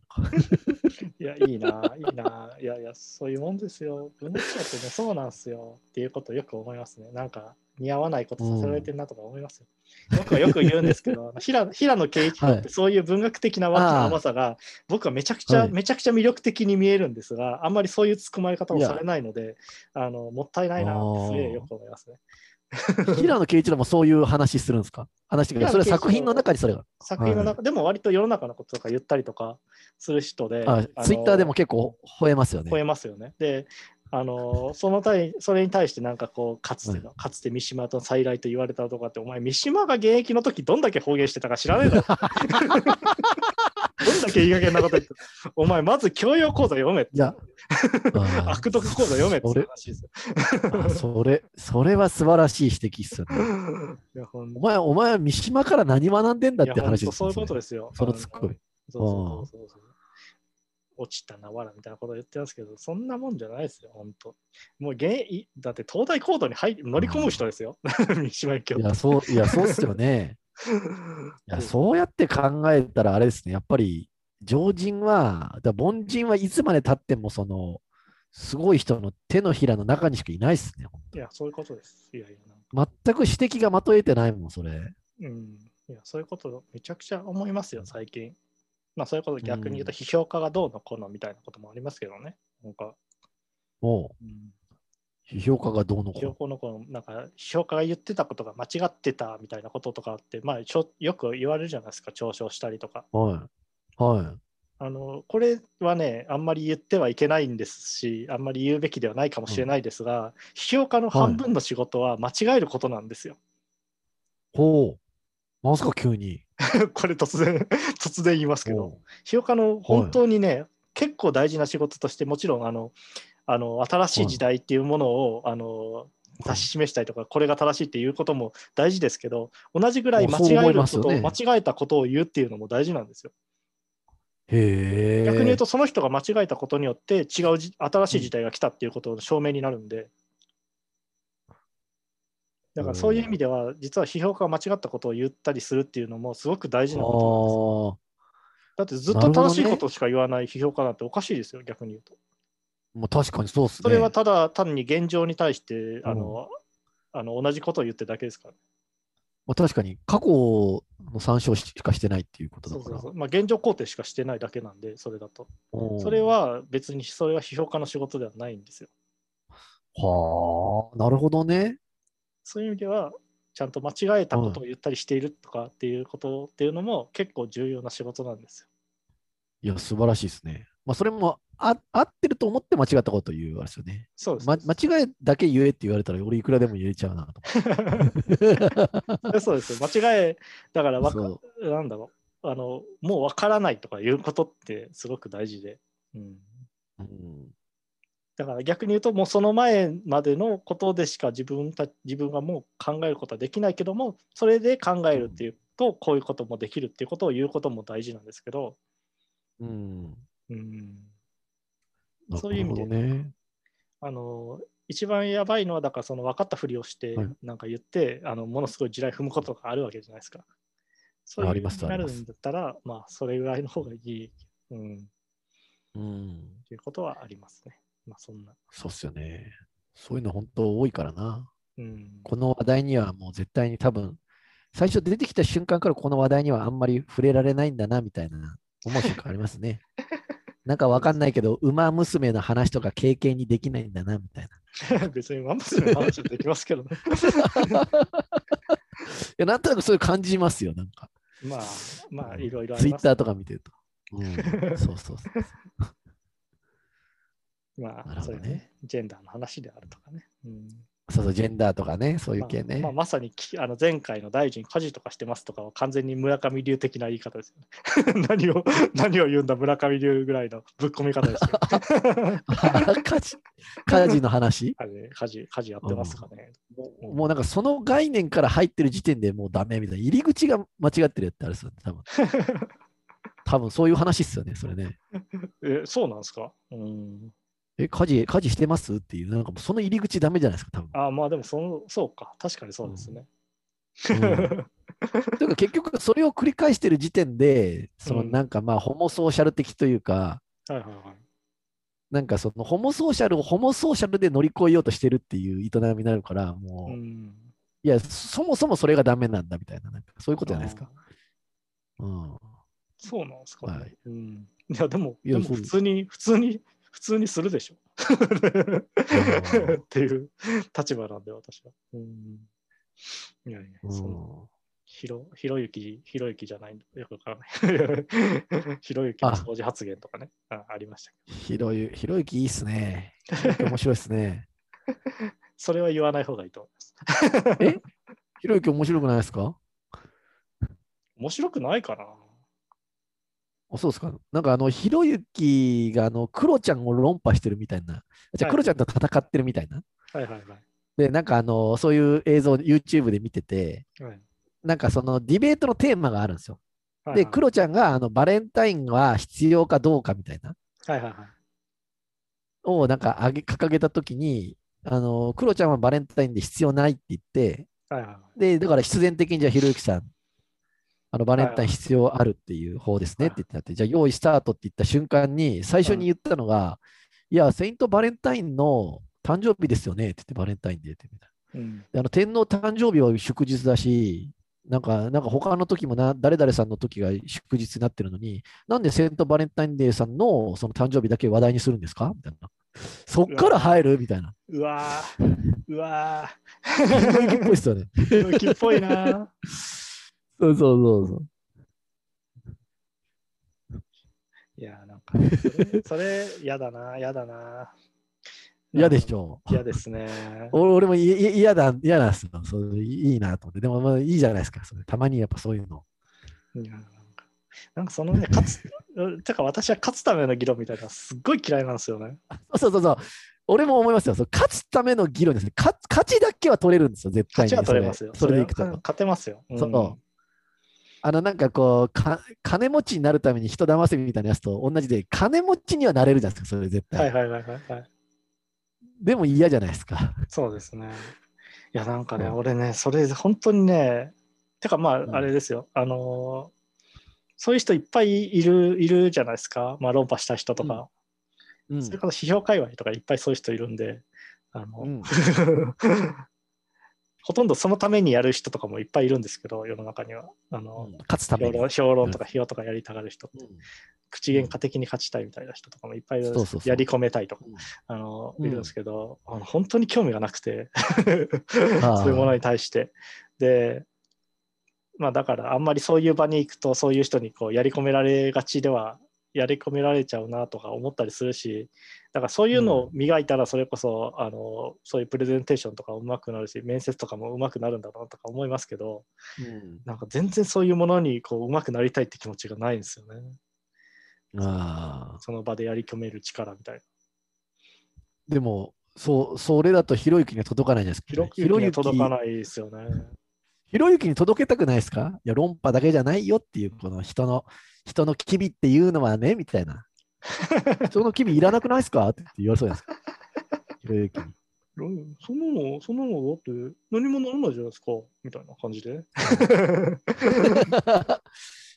いや、いいな、いいな。いやいや、そういうもんですよ。文学者ってね、そうなんすよ。っていうことをよく思いますね。なんか、似合わないことさせられてるなとか思いますよ。僕はよく言うんです けど、あの平平野啓一郎っ
は
てそういう文学的な脇の甘さが、僕はめちゃくちゃ、
はい
めちゃくちゃ魅力的に見えるんですが、あんまりそういう突っ込まれ方をされないので、あのもったいないなってすげえよく思いますね。
平野啓一郎もそういう話するんですか話が
平野
それは
啓一郎
作品の中にそれが。
作品の中、でも割と世の中のこととか言ったりとかする人で、
あ
あの
ツイッターでも結構吠えますよね
超。えますよね。で、あのその対それに対してなんかこうかつての、かつて三島と再来と言われたとかってお前三島が現役の時どんだけ方言してたか知らねえ だろ。どんだけいい加減なこと言ってたお前まず教養講座読めって
い や、あ
悪徳講座読めって
それ
話ですよ。
あそれ、それは素晴らしい指摘っすよね。
いやほん
お前、お前は三島から何学んでんだって
い
話
やほ
ですよ
んとそういうこと
ね
ですよ。
そのツッコミ。
そうそうそうそうそう。落ちたな、わらみたいなこと言ってますけど、そんなもんじゃないですよ、本当。もう現いだって東大高度に入り乗り込む人ですよ、三島由紀夫
いや、そう、いや、そうっすよね。いや、そうやって考えたら、あれですね、やっぱり、常人は、だ凡人はいつまでたっても、その、すごい人の手のひらの中にしかいないっすね。
いや、そういうことです。いやいや、なんか
全く指摘がまとえてないもん、それ。
うん。いや、そういうこと、めちゃくちゃ思いますよ、最近。まあ、そういうこと、逆に言うと、批評家がどうのこうのみたいなこともありますけどね。なんか、
も
うん
う、批評家がどうのこう
批評
の。
家のこのなんか批評家が言ってたことが間違ってたみたいなこととかって、まあ、ちょよく言われるじゃないですか、嘲笑したりとか。
はい。はい。
あのこれはね、あんまり言ってはいけないんですし、あんまり言うべきではないかもしれないですが、批評家の半分の仕事は間違えることなんですよ。
ほう。なんすか、急に。
これ突然、 突然言いますけ
ほ
ど、
う
批評家の本当にね、結構大事な仕事として、もちろんあのあの新しい時代っていうものを、あの指し示したりとか、これが正しいっていうことも大事ですけど、同じぐらい間
そう
違
思
え
い
るこ
ます
と
よね
を、間違えたことを言うっていうのも大事なんですよ。
へえ。
逆に言うと、その人が間違えたことによって、違うじ新しい時代が来たっていうことの証明になるんで、だからそういう意味では、実は批評家が間違ったことを言ったりするっていうのも、すごく大事なこ
ああ。
となんですよ。だってずっと正しいことしか言わない批評家なんておかしいですよ、逆に言うと。
まあ、確かにそうっすね。
それはただ単に現状に対して、あの、あの同じことを言ってるだけですから。
まあ、確かに過去の参照しかしてないっていうことだ
そう
か
そ
ら。
うそう。まあ、現状肯定しかしてないだけなんで、それだと。
うん
それ。は別に、それは批評家の仕事ではないんですよ。
はあ、なるほどね。
そういう意味では、ちゃんと間違えたことを言ったりしているとかっていうことっていうのも結構重要な仕事なんですよ。
いや、素晴らしいですね。まあ、それもあ合ってると思って間違ったこと言うわけですよね。
そうです。
ま、間違いだけ言えって言われたら、俺いくらでも言えちゃうなと
そうです。間違え、だから
思
わ
って。
か
そう
なんだろう。あの、もうわからないとかいうことってすごく大事で。うん。
うん
だから逆に言うと、もうその前までのことでしか自分た自分がもう考えることはできないけども、それで考えるっていうと、こういうこともできるっていうことを言うことも大事なんですけど、
うん
うん、
なる
そういう意味で
ほどね。
あの一番やばいのは、だからその分かったふりをして
はい、
なんか言って、あのものすごい地雷踏むことがあるわけじゃないですか。そういう
あります
な
あり
る
ます
んだったら、まあ、それぐらいの方がいい、うん、
うん。
ということはありますね。まあ、そんな。
そうっすよね。そういうの本当多いからな。
うん、
この話題にはもう絶対に多分、最初出てきた瞬間からこの話題にはあんまり触れられないんだなみたいな思う瞬間あります ね。なんかわかんないけど、馬娘の話とか経験にできないんだなみたいな。い
別にマンモスの話はできますけどね。
やなんとなくそういう感じますよ、なんか。
まあ、まあ、いろいろあ
ツ
り
イッ
ます。
ターとか見てると。 うん、そうそうそう。
ま
な
あ、
る
そ
ほ
れ
どね
ね、ジェンダーの話であるとかね。うん
そうそう、ジェンダーとかね、そういう系ね。
まあまあ、まさにきあの前回の大臣家事とかしてますとかは完全に村上流的な言い方ですよね。 何を何を言うんだ村上流ぐらいのぶっ込み方ですよ。
家事家事の話
あれ家事家事やってますかね。
もうなんかその概念から入ってる時点でもうダメみたいな。入り口が間違ってるやつってあるっすよね、 多分。多分そういう話っすよね、それね。
えそうなんですか、うん、
え、家事、家事してますっていう、なんかもうその入り口ダメじゃないですか、多分。
あまあでもそのそうか確かにそうですね。
うん、 というか結局それを繰り返してる時点で、そうの
ん
なんかまあホモソーシャル的というか、
はいはいはい。
なんかそのホモソーシャルをホモソーシャルで乗り越えようとしてるっていう営みになるから、もう、
うん、
いや、そもそもそれがダメなんだみたいな、なんかそういうことじゃないですか。
あー。
うん。
そうなんですかね。
はい
うん、いやでも
いや
でも
そう
普通に普通に普通にするでしょ。っていう立場なんで、私は。うん。いやいや、その、ひろ、ひろゆき、ひろゆきじゃないんだ。よくわからない。 ひろゆきの掃除発言とかね、あありましたけど。
ひろゆ、ひろゆきいいっすね。ひろゆき面白いっすね。
それは言わない方がいいと思います。
ひろゆき面白くないですか
面白くないかな
あそうですか。なんかあの、ひろゆきがあの、クロちゃんを論破してるみたいな。じゃあ、
はい
クロちゃんと戦ってるみたいな。
はいはいはい。
で、なんかあの、そういう映像を YouTube で見てて、
はい
なんかそのディベートのテーマがあるんですよ。
はい
で、
はい
クロちゃんがあのバレンタインは必要かどうかみたいな。
はいはいはい。
をなんかあげ掲げたときに、あのクロちゃんはバレンタインで必要ないって言って、
はいはいはい
でだから必然的にじゃあ、ひろゆきさん、あのバレン
は
タ
い
イン必要あるっていう方ですねって言ってなって、じゃあ、用意スタートって言った瞬間に、最初に言ったのが、いや、セイント・バレンタインの誕生日ですよねって言って、バレンタインデーってみたいな。
うん。
であの天皇誕生日は祝日だし、なんか、なんか他の時もな、誰々さんの時が祝日になってるのに、なんでセントバレンタインデーさんのその誕生日だけ話題にするんですかみたいな。そっから入るみたいな。
うわ ぁ、うわ
ひろゆきっぽい
ぁ、
っすよね。
ひろゆきっぽいな
そうそうそうそう。
いやーなんか、それ、 それやだなやだな
嫌でしょ。
嫌ですね。
俺俺もいい嫌だ、嫌なんですよ。そういいいなと思って。でもまあいいじゃないですか。それたまにやっぱそういうの。
いやなんかなんかそのね、勝つ、 うんてか私は勝つための議論みたいな、すっごい嫌いなんですよね。
そうそうそう。俺も思いますよ。そう勝つための議論ですね。勝勝ちだけは取れるんですよ、絶対
勝
に。
ちは取れますよ。
それそれでいくと。
はうん勝てますよ。うん
そうあのなんかこうか、金持ちになるために人騙せみたいなやつと同じで、金持ちにはなれるじゃないですか、それ絶対。
はいはいはいはいはい。
でも嫌じゃないですか。
そうですね。いや、なんかね、
うん
俺ね、それ本当にね、てかまあ
う、ん
あれですよ。あのーそういう人いっぱいいる、いるじゃないですか。まあ、論破した人とか。
うん
それから批評界隈とかいっぱいそういう人いるんで、あの、
うん
ほとんどそのためにやる人とかもいっぱいいるんですけど、世の中には。あの、
うん勝つため
評
に。
論評論とか批評とかやりたがる人、
うん
口喧嘩的に勝ちたいみたいな人とかもいっぱいいるんです
そうそうそう
やり込めたいとか
うん、
あの
うん
いるんですけど、あの本当に興味がなくて、
ああ
そういうものに対して。で、まあだからあんまりそういう場に行くと、そういう人にこうやり込められがちではやり込められちゃうなとか思ったりするし、だからそういうのを磨いたら、それこそ、あのそういうプレゼンテーションとかうまくなるし、面接とかもうまくなるんだなとか思いますけど、なんか全然そういうものにこうまくなりたいって気持ちがないんですよね。
うん、ああ
その場でやり込める力みたいな。
でもそうそれだとひろゆきには届かないじゃないですか
広くには届か
い
ないですよね。
ひろゆきに届けたくないですかいや論破だけじゃないよっていうこの人の人の機微っていうのはねみたい な人の機微いらなくないですかって言われそうじゃないですかひろゆきに
そんなの、そんなのだって何もならないじゃないですか、みたいな感じで。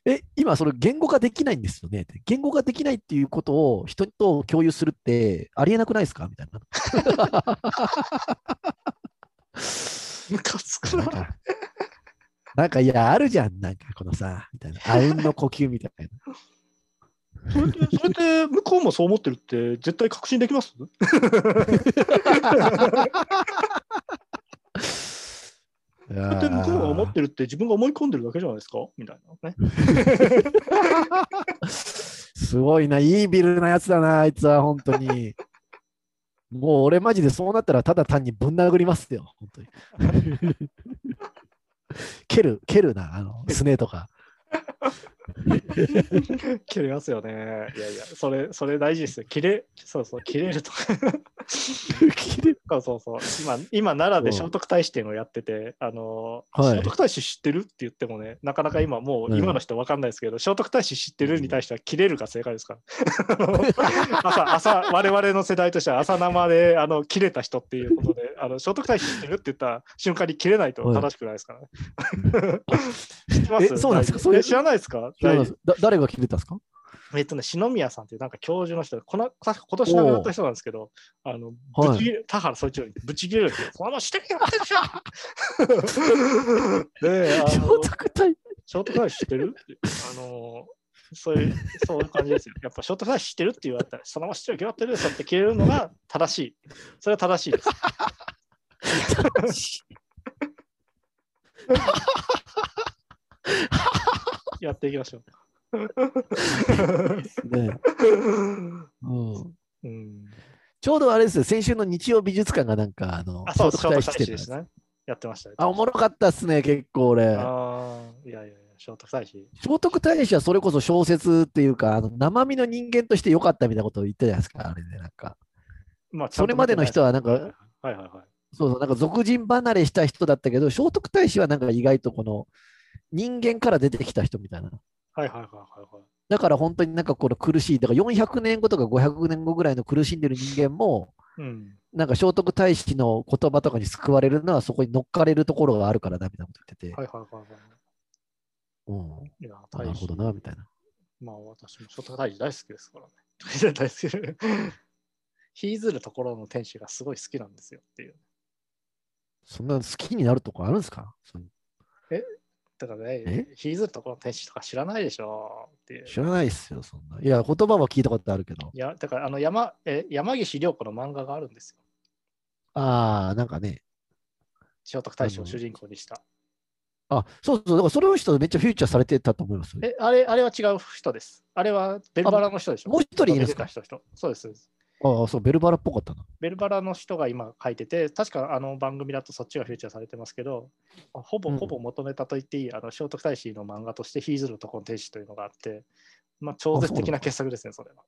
え、今、それ言語化できないんですよねって。言語化できないっていうことを人と共有するってありえなくないですかみたいな。
ムカつく
なん
な。
か、なんかいや、あるじゃん。なんか、このさ、みたいな。あうんの呼吸みたいな。
それって、それって向こうもそう思ってるって絶対確信できます
い
それ
や
って向こうが思
ー
ってるって自分が思い込んでるだけじゃないですかみたいなね。
すごいな、いいビルなやつだな、あいつは、本当に。もう俺マジでそうなったらただ単にぶん殴りますよ、本当に。 蹴る、蹴るな、あの、スネとか。
切れますよね。いやいや、それ、それ大事ですよ。切れ、そうそう、切れるとか。
蹴る
そうそうそう今今奈良で聖徳太子展をやってて、あの
はい
聖徳太子知ってるって言ってもね、なかなか今もう今の人分かんないですけど、聖徳太子知ってるに対しては切れるが正解で すから。あの朝、朝、我々の世代としては朝生であの切れた人っていうことで、あの聖徳太子知ってるって言った瞬間に切れないと正しくないですからね。 知ってます
えそうなんですか
大
そういう
え知らないですか
知らないですだ誰が切れたんですか
えっとね、篠宮さんっていうなんか教授の人で、この確か今年亡くなった人なんですけど、あの、
はい
ぶち切れ田原総一郎にぶち切れるんですよ。このしてみよ うでしょで、あ
聖
の
徳、太
ショートフライ知ってるってあの、そういう、そういう感じですよ。やっぱショートフライ知ってるって言われたら、そのまま知ってる、決まってるでしょって切れるのが正しい。それは正しいです。やっていきましょう。
ね、 うん
うん、
ちょうどあれですよ、先週の日曜美術館がなんか、あの、
あ、そう、ショート
子
フラ
来
イで
て
す
た
ね。やってましたね。
あ、おもろかったっすね、結構俺。
ああ、いやいやいや、聖徳太子。
聖徳太子はそれこそ小説っていうか、あの生身の人間として良かったみたいなことを言ったじゃないですか、あれでなんか。
まあ
それまでの人
は、
はなんか、
はいはいはい。
そうそう、なんか俗人離れした人だったけど、聖徳太子はなんか意外とこの人間から出てきた人みたいな。
はいはいはいはいはい。
だから本当になんかこの苦しい、だから400年後とか500年後ぐらいの苦しんでる人間も、
うん。
なんか聖徳太子の言葉とかに救われるのはそこに乗っかれるところがあるからだみたいなこと言ってて、
はいはいはいは
うん
い。いや、
あなるほどなみたいな。
まあ私も聖徳太子大好きですからね。 大好き。 引いずるところの天使がすごい好きなんですよっていう。
そんな好きになるとこあるんですかそう
だからね、引いずるところの天使とか知らないでしょっていう。
知らないっすよ、そんな。いや、言葉は聞いたことあるけど。
いや、だからあの山え山岸涼子の漫画があるんですよ。
ああ、なんかね。
聖徳太子を主人公にした。
あ、そうそう、だからそれの人めっちゃフューチャーされてたと思います。
え、あれ、あれは違う人です。あれはベルバラの人でしょ。
もう一人いるんです
出て
か
た人人そうです。そうです
ああ、そう、ベルバラっぽかったな。
ベルバラの人が今書いてて、確かあの番組だとそっちがフューチャーされてますけど、あほぼ
うん
ほぼ求めたと言っていい、あの聖徳太子の漫画として、ヒーズルとこの天使というのがあって、まあ、超絶的な傑作ですね、それは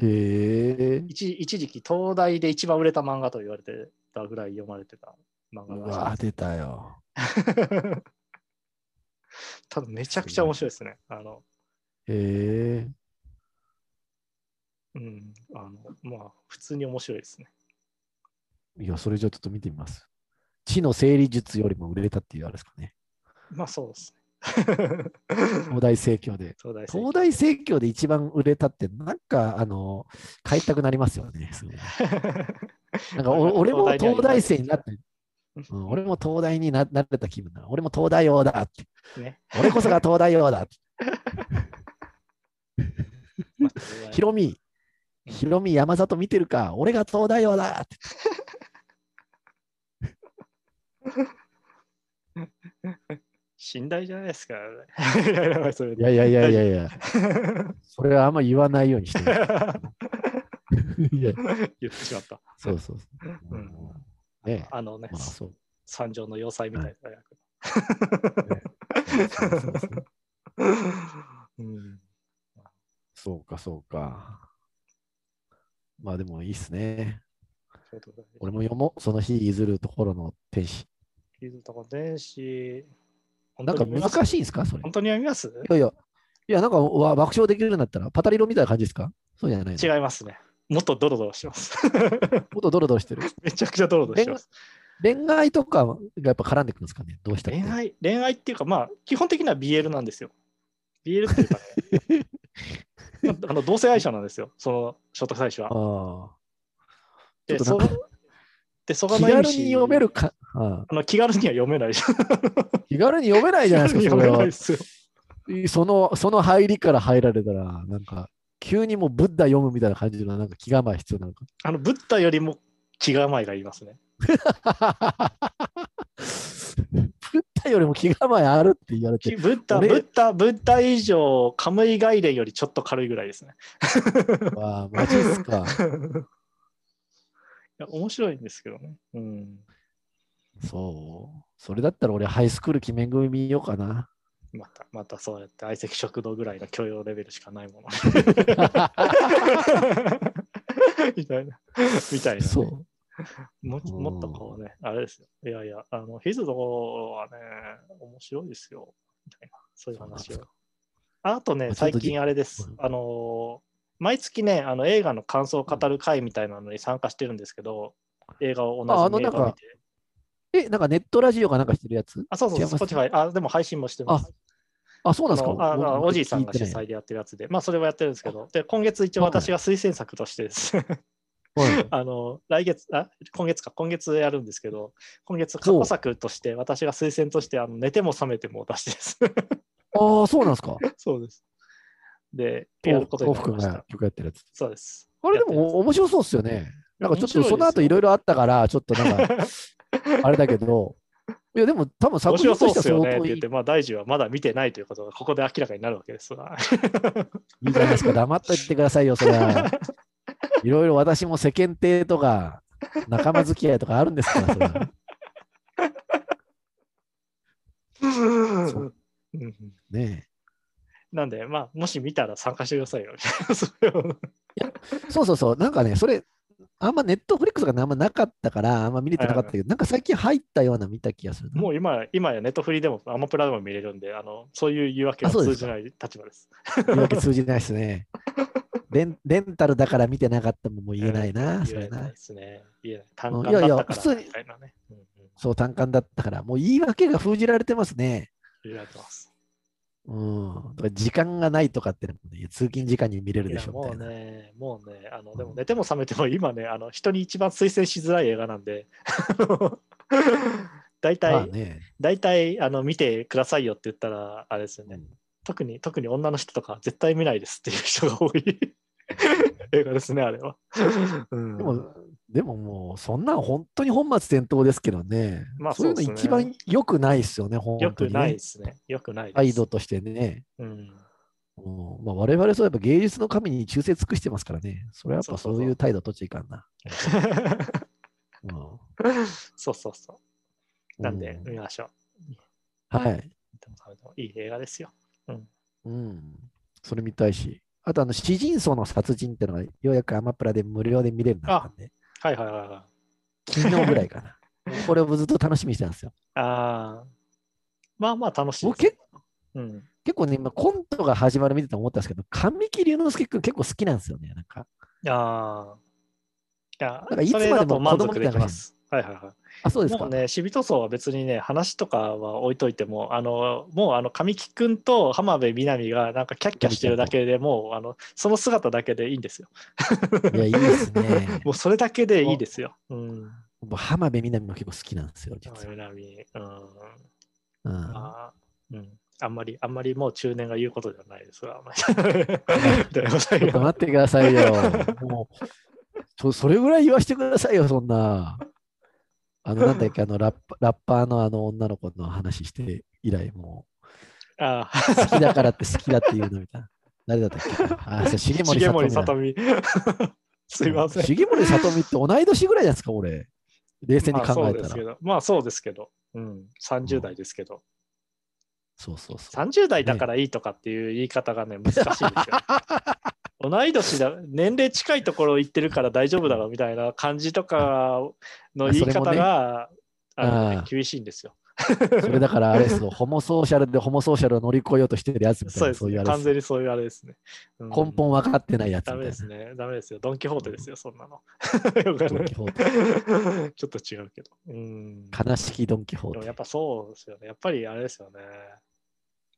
へえ。
一。一時期、東大で一番売れた漫画と言われてたぐらい読まれてた漫画
う
があ
わ、
る
出たよ。
ただ、めちゃくちゃ面白いですね。あの
へえ。
うん、あのまあ、普通に面白いですね。
いや、それじゃちょっと見てみます。知の整理術よりも売れたっていうあれですかね。
まあ、そうですね。
東大盛況で。
東大生
東大盛況で一番売れたって、なんか、あの、買いたくなりますよ ね。すごいなんかお、俺も東大生にな って、うん俺も東大にななれた気分だ。俺も東大王だって。
ね。
俺こそが東大王だ って。
まあ東大
ヒロミ、ヒロミ山里見てるか。俺が東大王だって。
聖信頼じゃないですか。いやいやそれ
いやいやいやいやいや、それはあんま言わないようにしてる いや、
言ってしまった。
そうそうそう。
うん
ねえ
あのね、
まあ そう。
三条の要塞みたいな役。
そうそうそう
うん
そうか、そうか。まあでもいいっすね。
そういうことだね
俺も読もう。その日譲るところの天使。
キズとか電子、本
な
当
ん
に
か
読みます
難しいんですかそれ。
本当に読みます
いやいや、いやなんかわ爆笑できるんだったら、パタリロみたいな感じですかそうじゃないの
違いますね。もっとドロドロしてます。
もっとドロドロしてる。
めちゃくちゃドロドロしてます。
恋愛とかがやっぱ絡んでくるんですかねどうしたら
恋愛、恋愛っていうか、まあ、基本的には BL なんですよ。BL っていう かね、まああの同性愛者なんですよ、その聖徳太子は。
あ
で、
ちょっ
そ
となんか
で蘇
あ
我
気
の意
軽
味
に読めるか。あ
あの気軽には読めないじゃん。
あ気軽に読めないじゃ ないですか、それ
読めない
は
で。すよ。
その、その入りから入られたら、なんか、急にもうブッダ読むみたいな感じの、なんか気構え必要なのか。
あの、ブッダよりも気構えがいりますね。
ブッダよりも気構えあるって言われ
ブ
て、
ッダ、ブ
俺
ッダ、ブッダ以上、カムイ外伝よりちょっと軽いぐらいですね。
わあ、マジっすか。
いや面白いんですけどね。うん。
そう。それだったら俺、ハイスクール鬼面組見ようかな。
また、またそうやって相席食堂ぐらいの許容レベルしかないもの。 みたいな。みたいなね、
そう。
もうもっとこうね、あれですよ。いやいや、あの、ヒズドはね、面白いですよ。みたいな、そういう話
そうなんです
を
か。
あとね、
あちょっ
最
と
近あれです
うん。
あのー、毎月ね、あの映画の感想を語る会みたいなのに参加してるんですけど、映画を
あ
同
あの
じ映
なん
画を
か
見て。
え、なんかネットラジオかなんかしてるやつ
あ、そうそう
違います
Spotify。あ、でも配信もしてます。
あ、そうなんです
の
か
あのおじいさんが主。
聞てない
催でやってるやつで、まあそれはやってるんですけど、で今月一応
はい
私が推薦作としてですね、
はい
あの来月あ、今月か、今月やるんですけど、今月過去作として、私が推薦としてあの寝ても覚めてもを出してです。
ああ、そうなんですか。
そうです。で、 やること
幸
になり
福
まし
が
た。
曲やってるやつ。
そうです。
あれで
やってます
も面白そうっすよね。なんかちょっ
面白い
と
ですよ
その後いろいろあったから、ちょっとなんか、 あれだけど、いやでも多分
面
作品
白
とし
そうで
ては
すよ
相
ねって
当いい
言って、まあ大臣はまだ見てないということが、ここで明らかになるわけですわ。
いいじゃないですか。黙っといてくださいよ、それ は。いろいろ私も世間体とか、仲間付き合いとかあるんですから、それは。う
うん
ね
なんで、まあ、もし見たら参加してくださいよ。 みたいなそういう
えそうそうそう、なんかね、それ、あんまネットフリックスがあんまなかったから、あんま見れてなかったけど、なんか最近入ったような見た気がするな。
もう今、今やネットフリでもアマプラでも見れるんで、あのそういう言い訳は
あそうで
通
す
じ
か
ない立場です。
言い訳通じないです ね。レンレンタルだから見てなかったもんも言えないな、そ
言え
れ
ない
な
で。すね。言えない。単
うん
価
いやいや
だったか
普
ら
通に
みたいなね。うんうん
そう、単管だったから、もう言い訳が封じられてますね。
言われてます。
うん。だから時間がないとかってのもね、いや通勤時間に見れる
い
で
や
しょ、み
も
た
う
いな。
ね、もうね、あのでも寝ても覚めても今ね、あの人に一番推薦しづらい映画な んで、大
まあ
体、
ね。
大体あの見てくださいよって言ったら、あれですよね、
うん
特に、特に女の人とかは絶対見ないですっていう人が多 い映画ですね、あれは。うん
でも、でももう、そんなん本当に本末転倒ですけどね。
まあ
そういうの
そうで
一
すね
番良くないですよね、本
よ
当
く
に、
ない
ね
で。すね。よくないです。
態度としてね。
うん、
うんまあ、我々そうやっぱ芸術の神に忠誠尽くしてますからね。それはやっぱ
そう
そ
そうそう
ういう態度とっちゃいかんな。うん
そうそうそう。なんで、
う
見ましょう。
はい。
でも食べてもいい映画ですよ。
うん。それ見たいし。あと、あの、詩人層の殺人ってのが、ようやくアマプラで無料で見れるようになったんで、
はいはいはいはい。
昨日ぐらいか な。これをずっと楽しみにしてたんですよ。
ああ。まあまあ楽しい
僕
です
結
ね。うん。
結構ね、今、コントが始まる見てて思ったんですけど、神木隆之介君結構好きなんですよね。なんか、
ああ。いや
なんかいつ
それ
ま
だ
で
と
も子
満
供
足
み
で
たいな
きます。はいはいはい。
あ、そうです
も
か。
うね、シビ塗装は別にね、話とかは置いといても、あの、もうあの、神木くんと浜辺美波がなんかキャッキャしてるだけでもう、あの、その姿だけでいいんですよ。。
いや、いいですね
もうそれだけでいいですよ。うん。
僕浜辺美波も結構好きなんですよ、実
浜辺
は。
美波、うん。
うん
ま あ、うん。あんまり、あんまりもう中年が言うことではないですが、それ はあんまりみたいなことは
ちょ
言
っ
わ
と
ない
待ってくださいよ。もうちょそれぐらい言わしてくださいよ、そんな。あの、なんだっけ、あのラッパ、ラッパーのあの女の子の話して、以来、も
ああ、
う、好きだからって好きだって言うのみたいな。誰だったっけあ、そう、重森
重
さと
森
み
さ
だ
と。み。すいません。
重森さとみって同い年ぐらいじゃないですか、俺。冷静に
まあ
考
そう
え
で
た
す
ら。
けど、まあそうですけど、うん、30代ですけど、
そうそうそう。
30代だからいいとかっていう言い方がね、難しいですよ。 同い年だ、年齢近いところ行ってるから大丈夫だろうみたいな感じとかの言い方が、
あそれもね
あのね
ああ
厳しいんですよ。
それだからあれ ですよ、ホモソーシャルでホモソーシャルを乗り越えようとしてるやつみたい
そう
な、
です
そうい
ね
うあ。れで
完
す
全にそういうあれですね。うん
根本分かってないやつ
ダ
み
メ
たい
で
な
す。ね。ダメですよ。ドン・キホーテですよ、そんなの。 よくわかん
ド
な
ン・
い
キホーテ。
ちょっと違うけど。うん。
悲しきドン・キホ
で
ー
も
テ。
やっぱそうですよね。やっぱりあれですよね。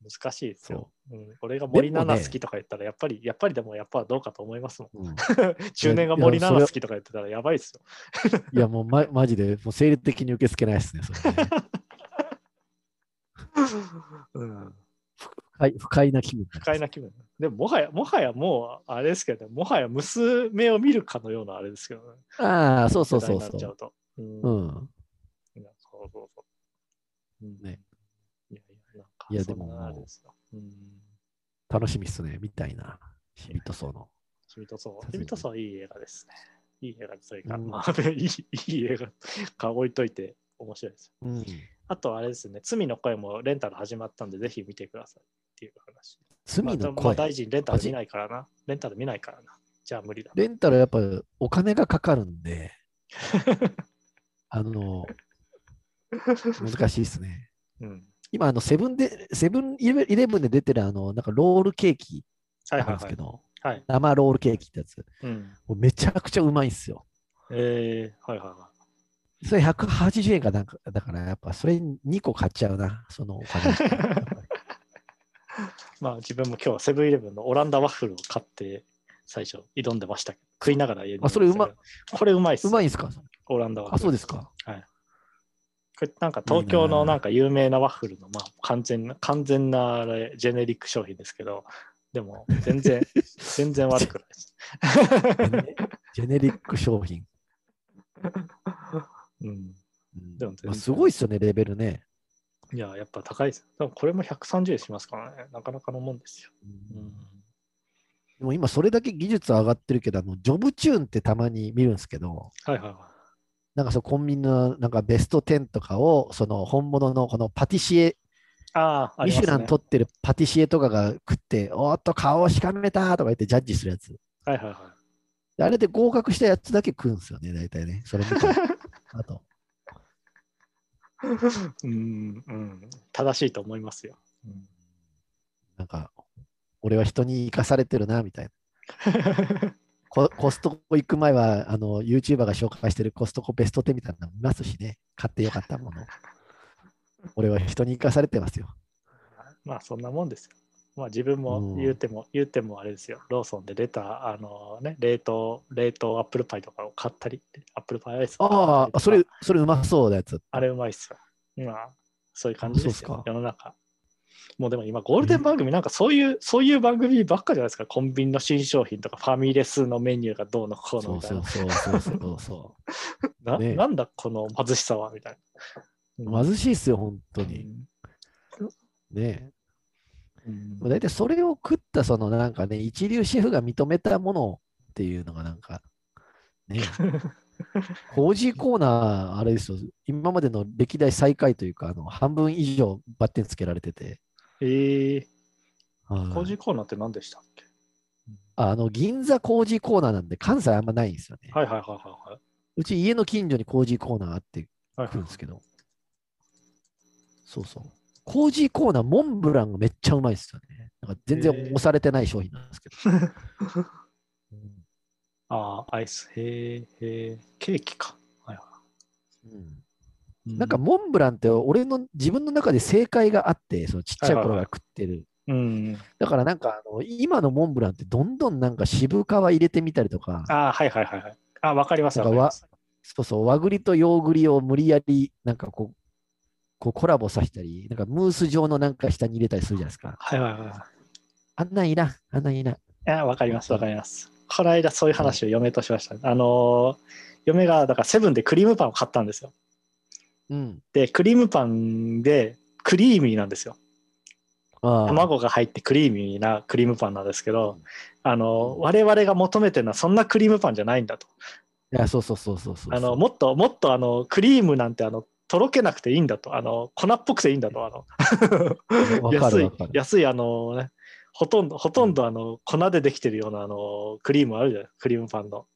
難しいですよ
そ。
うん、俺が森
でも
七
ね
菜好きとか言ったら、やっぱり、やっぱりでもやっぱどうかと思いますもん。
う。うん
中年が森七菜好きとか言ってたらやばいですよ。
いや、もう、ま、マジで、もう生理的に受け付けないですね。それね
うん、
不快不快な気分になります。
不快な気分。でも、もはや、もはやもう、あれですけど、もはや娘を見るかのようなあれですけどね。
ああ、そうそう
世代
そう
になっちゃ
そう
と。うん
う。うん。
いやそうそうそう。うん
ね。
いやいや、なんか、
いや
そん
でも
なあれですよ。うん。
楽しみっすね、みたいな。ヒビトソーの。
君と
さ
そ
す
う。
が
君とそう、いい映画ですね。いい映画というか、
うん
まあ、いい、いい映画 か置いといて面白いですよ。
うん。
あと、あれですね、罪の声もレンタル始まったんで、ぜひ見てくださいっていう話。
罪の
まあまあ、
声。
大臣、レンタル見ないからな。レンタル見ないからな。じゃあ無理だ。
レンタルやっぱお金がかかるん で、あの、難しいですね。
うん。
今、あの、セブンで、セブンイレブンで出てる、あの、なんかロールケーキ
はい
あ
は
る
い
んです
は
け
い。
ど、
はい。
生ロールケーキってやつ。
うん。
もうめちゃくちゃうまいんですよ。
えー、はいはいは
それ180円かなんか、だからやっぱそれ2個買っちゃうな、そのお金。
い。まあ、自分も今日はセブンイレブンのオランダワッフルを買って、最初挑んでましたけど。食いながら家に
あそれうま
これうまいっす。
うまいんすか
オランダワッフル。
あ、そうです か。
これなんか東京
い
の
いなあ
なんか有名なワッフルのまあ完全な完全なあれジェネリック商品ですけど、でも 全然全然悪くないです。
ジェネジェネリック商品。
うん、
うん
でも全然
まあ、すごいっすよね、レベルね。
いややっぱ高いです。でもこれも130円しますからね、なかなかのもんですよ。うん、
でも今それだけ技術上がってるけど、あのジョブチューンってたまに見るんですけど、
はいはいは
なんかそうコンビニのなんかベスト10とかを、その本物のこのパティシエ、
い。ああ、あ
ミ
り
シュ
ま
ラ
す
ン
ね。
取ってるパティシエとかが食って、おーっと顔をしかめたとか言ってジャッジするやつ。
はいはいはい。
であれで合格したやつだけ食うんですよね、大体ね。それ見 て。あと。
うんうん、正しいと思いますよ。 うん、
なんか、俺は人に生かされてるな、みたいな。ココストコ行く前は、あの、YouTuber が紹介してるコストコベスト10みたいなの見ますしね。買ってよかったもの。俺は人に生かされてますよ。
まあそんなもんですよ。まあ自分も
うん
言うても、言うてもあれですよ。ローソンで出た、あのね、冷凍、冷凍アップルパイとかを買ったり、アップルパイアイスを買った
あ
りとか
あ、それ、それうまそうなやつ。
あれうまいっすよ。今、そういう感じです
そうっ
よ
す。か
世の中。もうでも今、ゴールデン番組、なんかそういう、そういう番組ばっかじゃないですか。コンビニの新商品とか、ファミレスのメニューがどうのこうの
そ
み
う
たい
そう。
な
そうそうそうそ
な
ねえ
なんだこの貧しさはみたいな。
う。貧しいっすよ、本当に。
に。
ね
うん
え。大体それを食った、そのなんかね、一流シェフが認めたものっていうのがなんか、 ねえ。コージーコーナー、あれですよ、今までの歴代最下位というか、あの半分以上バッテンつけられてて、
ええ
はい
工事コーナーって何でしたっけ
あの銀座コージーコーナーなんで、関西あんまないんですよね。
はいはいはいはいはい。
うち家の近所にコージーコーナーあって
はい
来るんですけど、そうそう。コージーコーナー、モンブランがめっちゃうまいですよね。なんか全然
へー
押されてない商品なんですけど。
ああ、アイス。へえ、へえ、ケーキか。
うん
う
なんか、モンブランって俺の自分の中で正解があって、そのちっちゃい頃
はいはいは
が
い
食ってる
うん。
だからなんかあの、今のモンブランってどんどんなんか渋皮入れてみたりとか、
ああ、はいはいはいはい。あわかります
な
わ
んか
かり
わ
ます。
そうそう、和栗と洋栗を無理やりなんかこう、こうコラボさせたり、なんかムース状のなんか下に入れたりするじゃないですか。
はいはいは
あんなんいらん、あんなんいらん。
い。ああ、わかりますわかります。この間そういう話を嫁としました。あのー嫁が、だからセブンでクリームパンを買ったんですよ。
うん。
で、クリームパンでクリーミーなんですよ。
ああ
卵が入ってクリーミーなクリームパンなんですけど、あの、我々が求めてるのはそんなクリームパンじゃないんだと。
いやそうそうそうそうそう。
あの、もっともっとあの、クリームなんてあの、とろけなくていいんだと。あの、粉っぽくていいんだと。あの、
わか
安
る
い
わか、る。
安い、あのね、ほとんど、ほとんどあの、粉でできてるようなあの、クリームあるじゃないクリームパンの。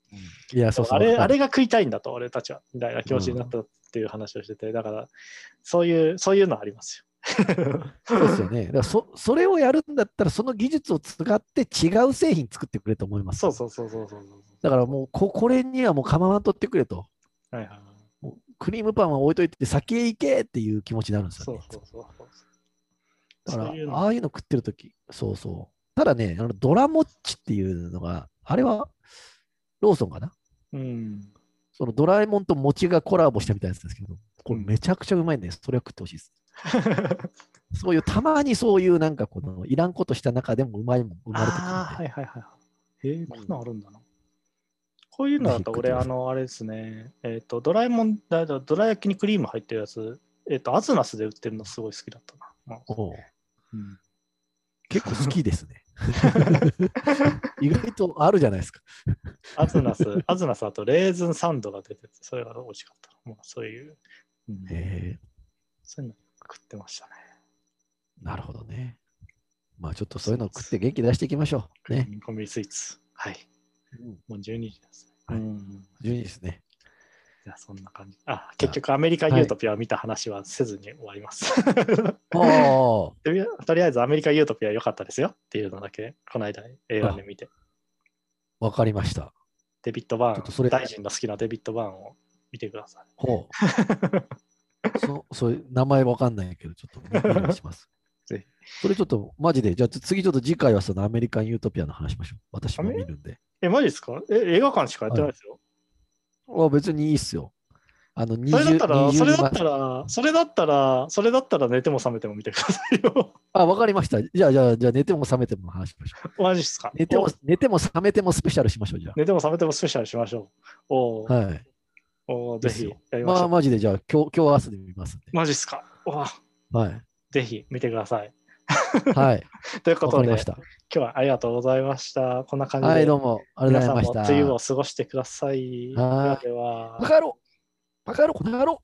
いや、そうそう。
あれ、あ
わかる
れが食いたいんだと、俺たちは、みたいな気持ちになったっていう話をしてて、だから、そういう、そういうのありますよ。
そうですよね。だからそそれをやるんだったら、その技術を使って違う製品作ってくれと思います。
そうそうそうそうそうそう。
だからもうこ、これにはもう構わんとってくれと。
はいはいはい。
もうクリームパンは置いといて、先へ行けっていう気持ちになるんです
そ
よ
う
ね。
そうそうそう。
だから
そういう、の
ああいうの食ってるとき、そうそう。ただね、あのドラモッチっていうのが、あれはローソンかな
うん。
そのドラえもんと餅がコラボしたみたいなやつですけど、これめちゃくちゃうまいんで、それは食ってほしいです。そういう、たまにそういうなんかこの、いらんことした中でもうまいもん生まれてくるんで。
ああ、はいはいはいはい。えー、こんなんあるんだな。こういうのだと、俺、
ぜひ食ってくだ
あ
さい
の、あれですね、えっ、と、ドラえもん、だだドラ焼きにクリーム入ってるやつ、えっ、と、アズナスで売ってるのすごい好きだったな。まあ
おう
うん
結構好きですね。 意外とあるじゃないです か。
アズナス、 アズナスあとレーズンサンドが出てて、それが美味しかった。まあ、そういう、うん
へえ
そういうの食ってましたね。
なるほどね。まあちょっとそういうのを食って元気出していきましょう。ね。
コンビニスイーツ。はい。
うん、
もう12時ですね。
はい
うん。
順位ですね。
いや、そんな感じ。あ、結局アメリカユートピアを見た話はせずに終わります。
おお。
とりあとりあえずアメリカユートピア良かったですよっていうのだけ、この間映画で見て。
わかりました。
デビッド・バ
ちょっと
ー
そ
ン、
れ
大臣の好きなデビッド・バーンを見てください。
ほ う。そそういう名前わかんないけど、ちょっとお願いします。
ぜ
それちょっとマジで、じゃあ次ちょっと次回はそのアメリカン・ユートピアの話しましょう。私も見るんで。
え、マジですかえ、映画館しかやってないですよ。
あ別にいいっすよ。あの
それだっ
20、
たら、
20
それだったら、それだったら、それだったら寝ても覚めても見てくださいよ。
あ、わかりました。じゃあ、じゃあ、じゃあ寝ても覚めてもの話しましょう。
マジっすか
寝ても
お、
寝ても覚めてもスペシャルしましょう、じゃ
寝ても覚めてもスペシャルしましょう。お
あ。
ー
はい。
おーぜひやりま
ま
しょ
あ、
う。
マジで、じゃあ、今日、今日明日で見ますんで。
マジっすかおー
はい。
ぜひ見てください。
はい。
というこ
わか
と
りま
で、今
した。
日はありがとうございました。こんな感じで、
はい、どうも。ありが
皆
とうござ
さん
い
も
ました。
梅雨を過ごしてください。で
は
はいでは
バ。カ野郎バカ野郎この野郎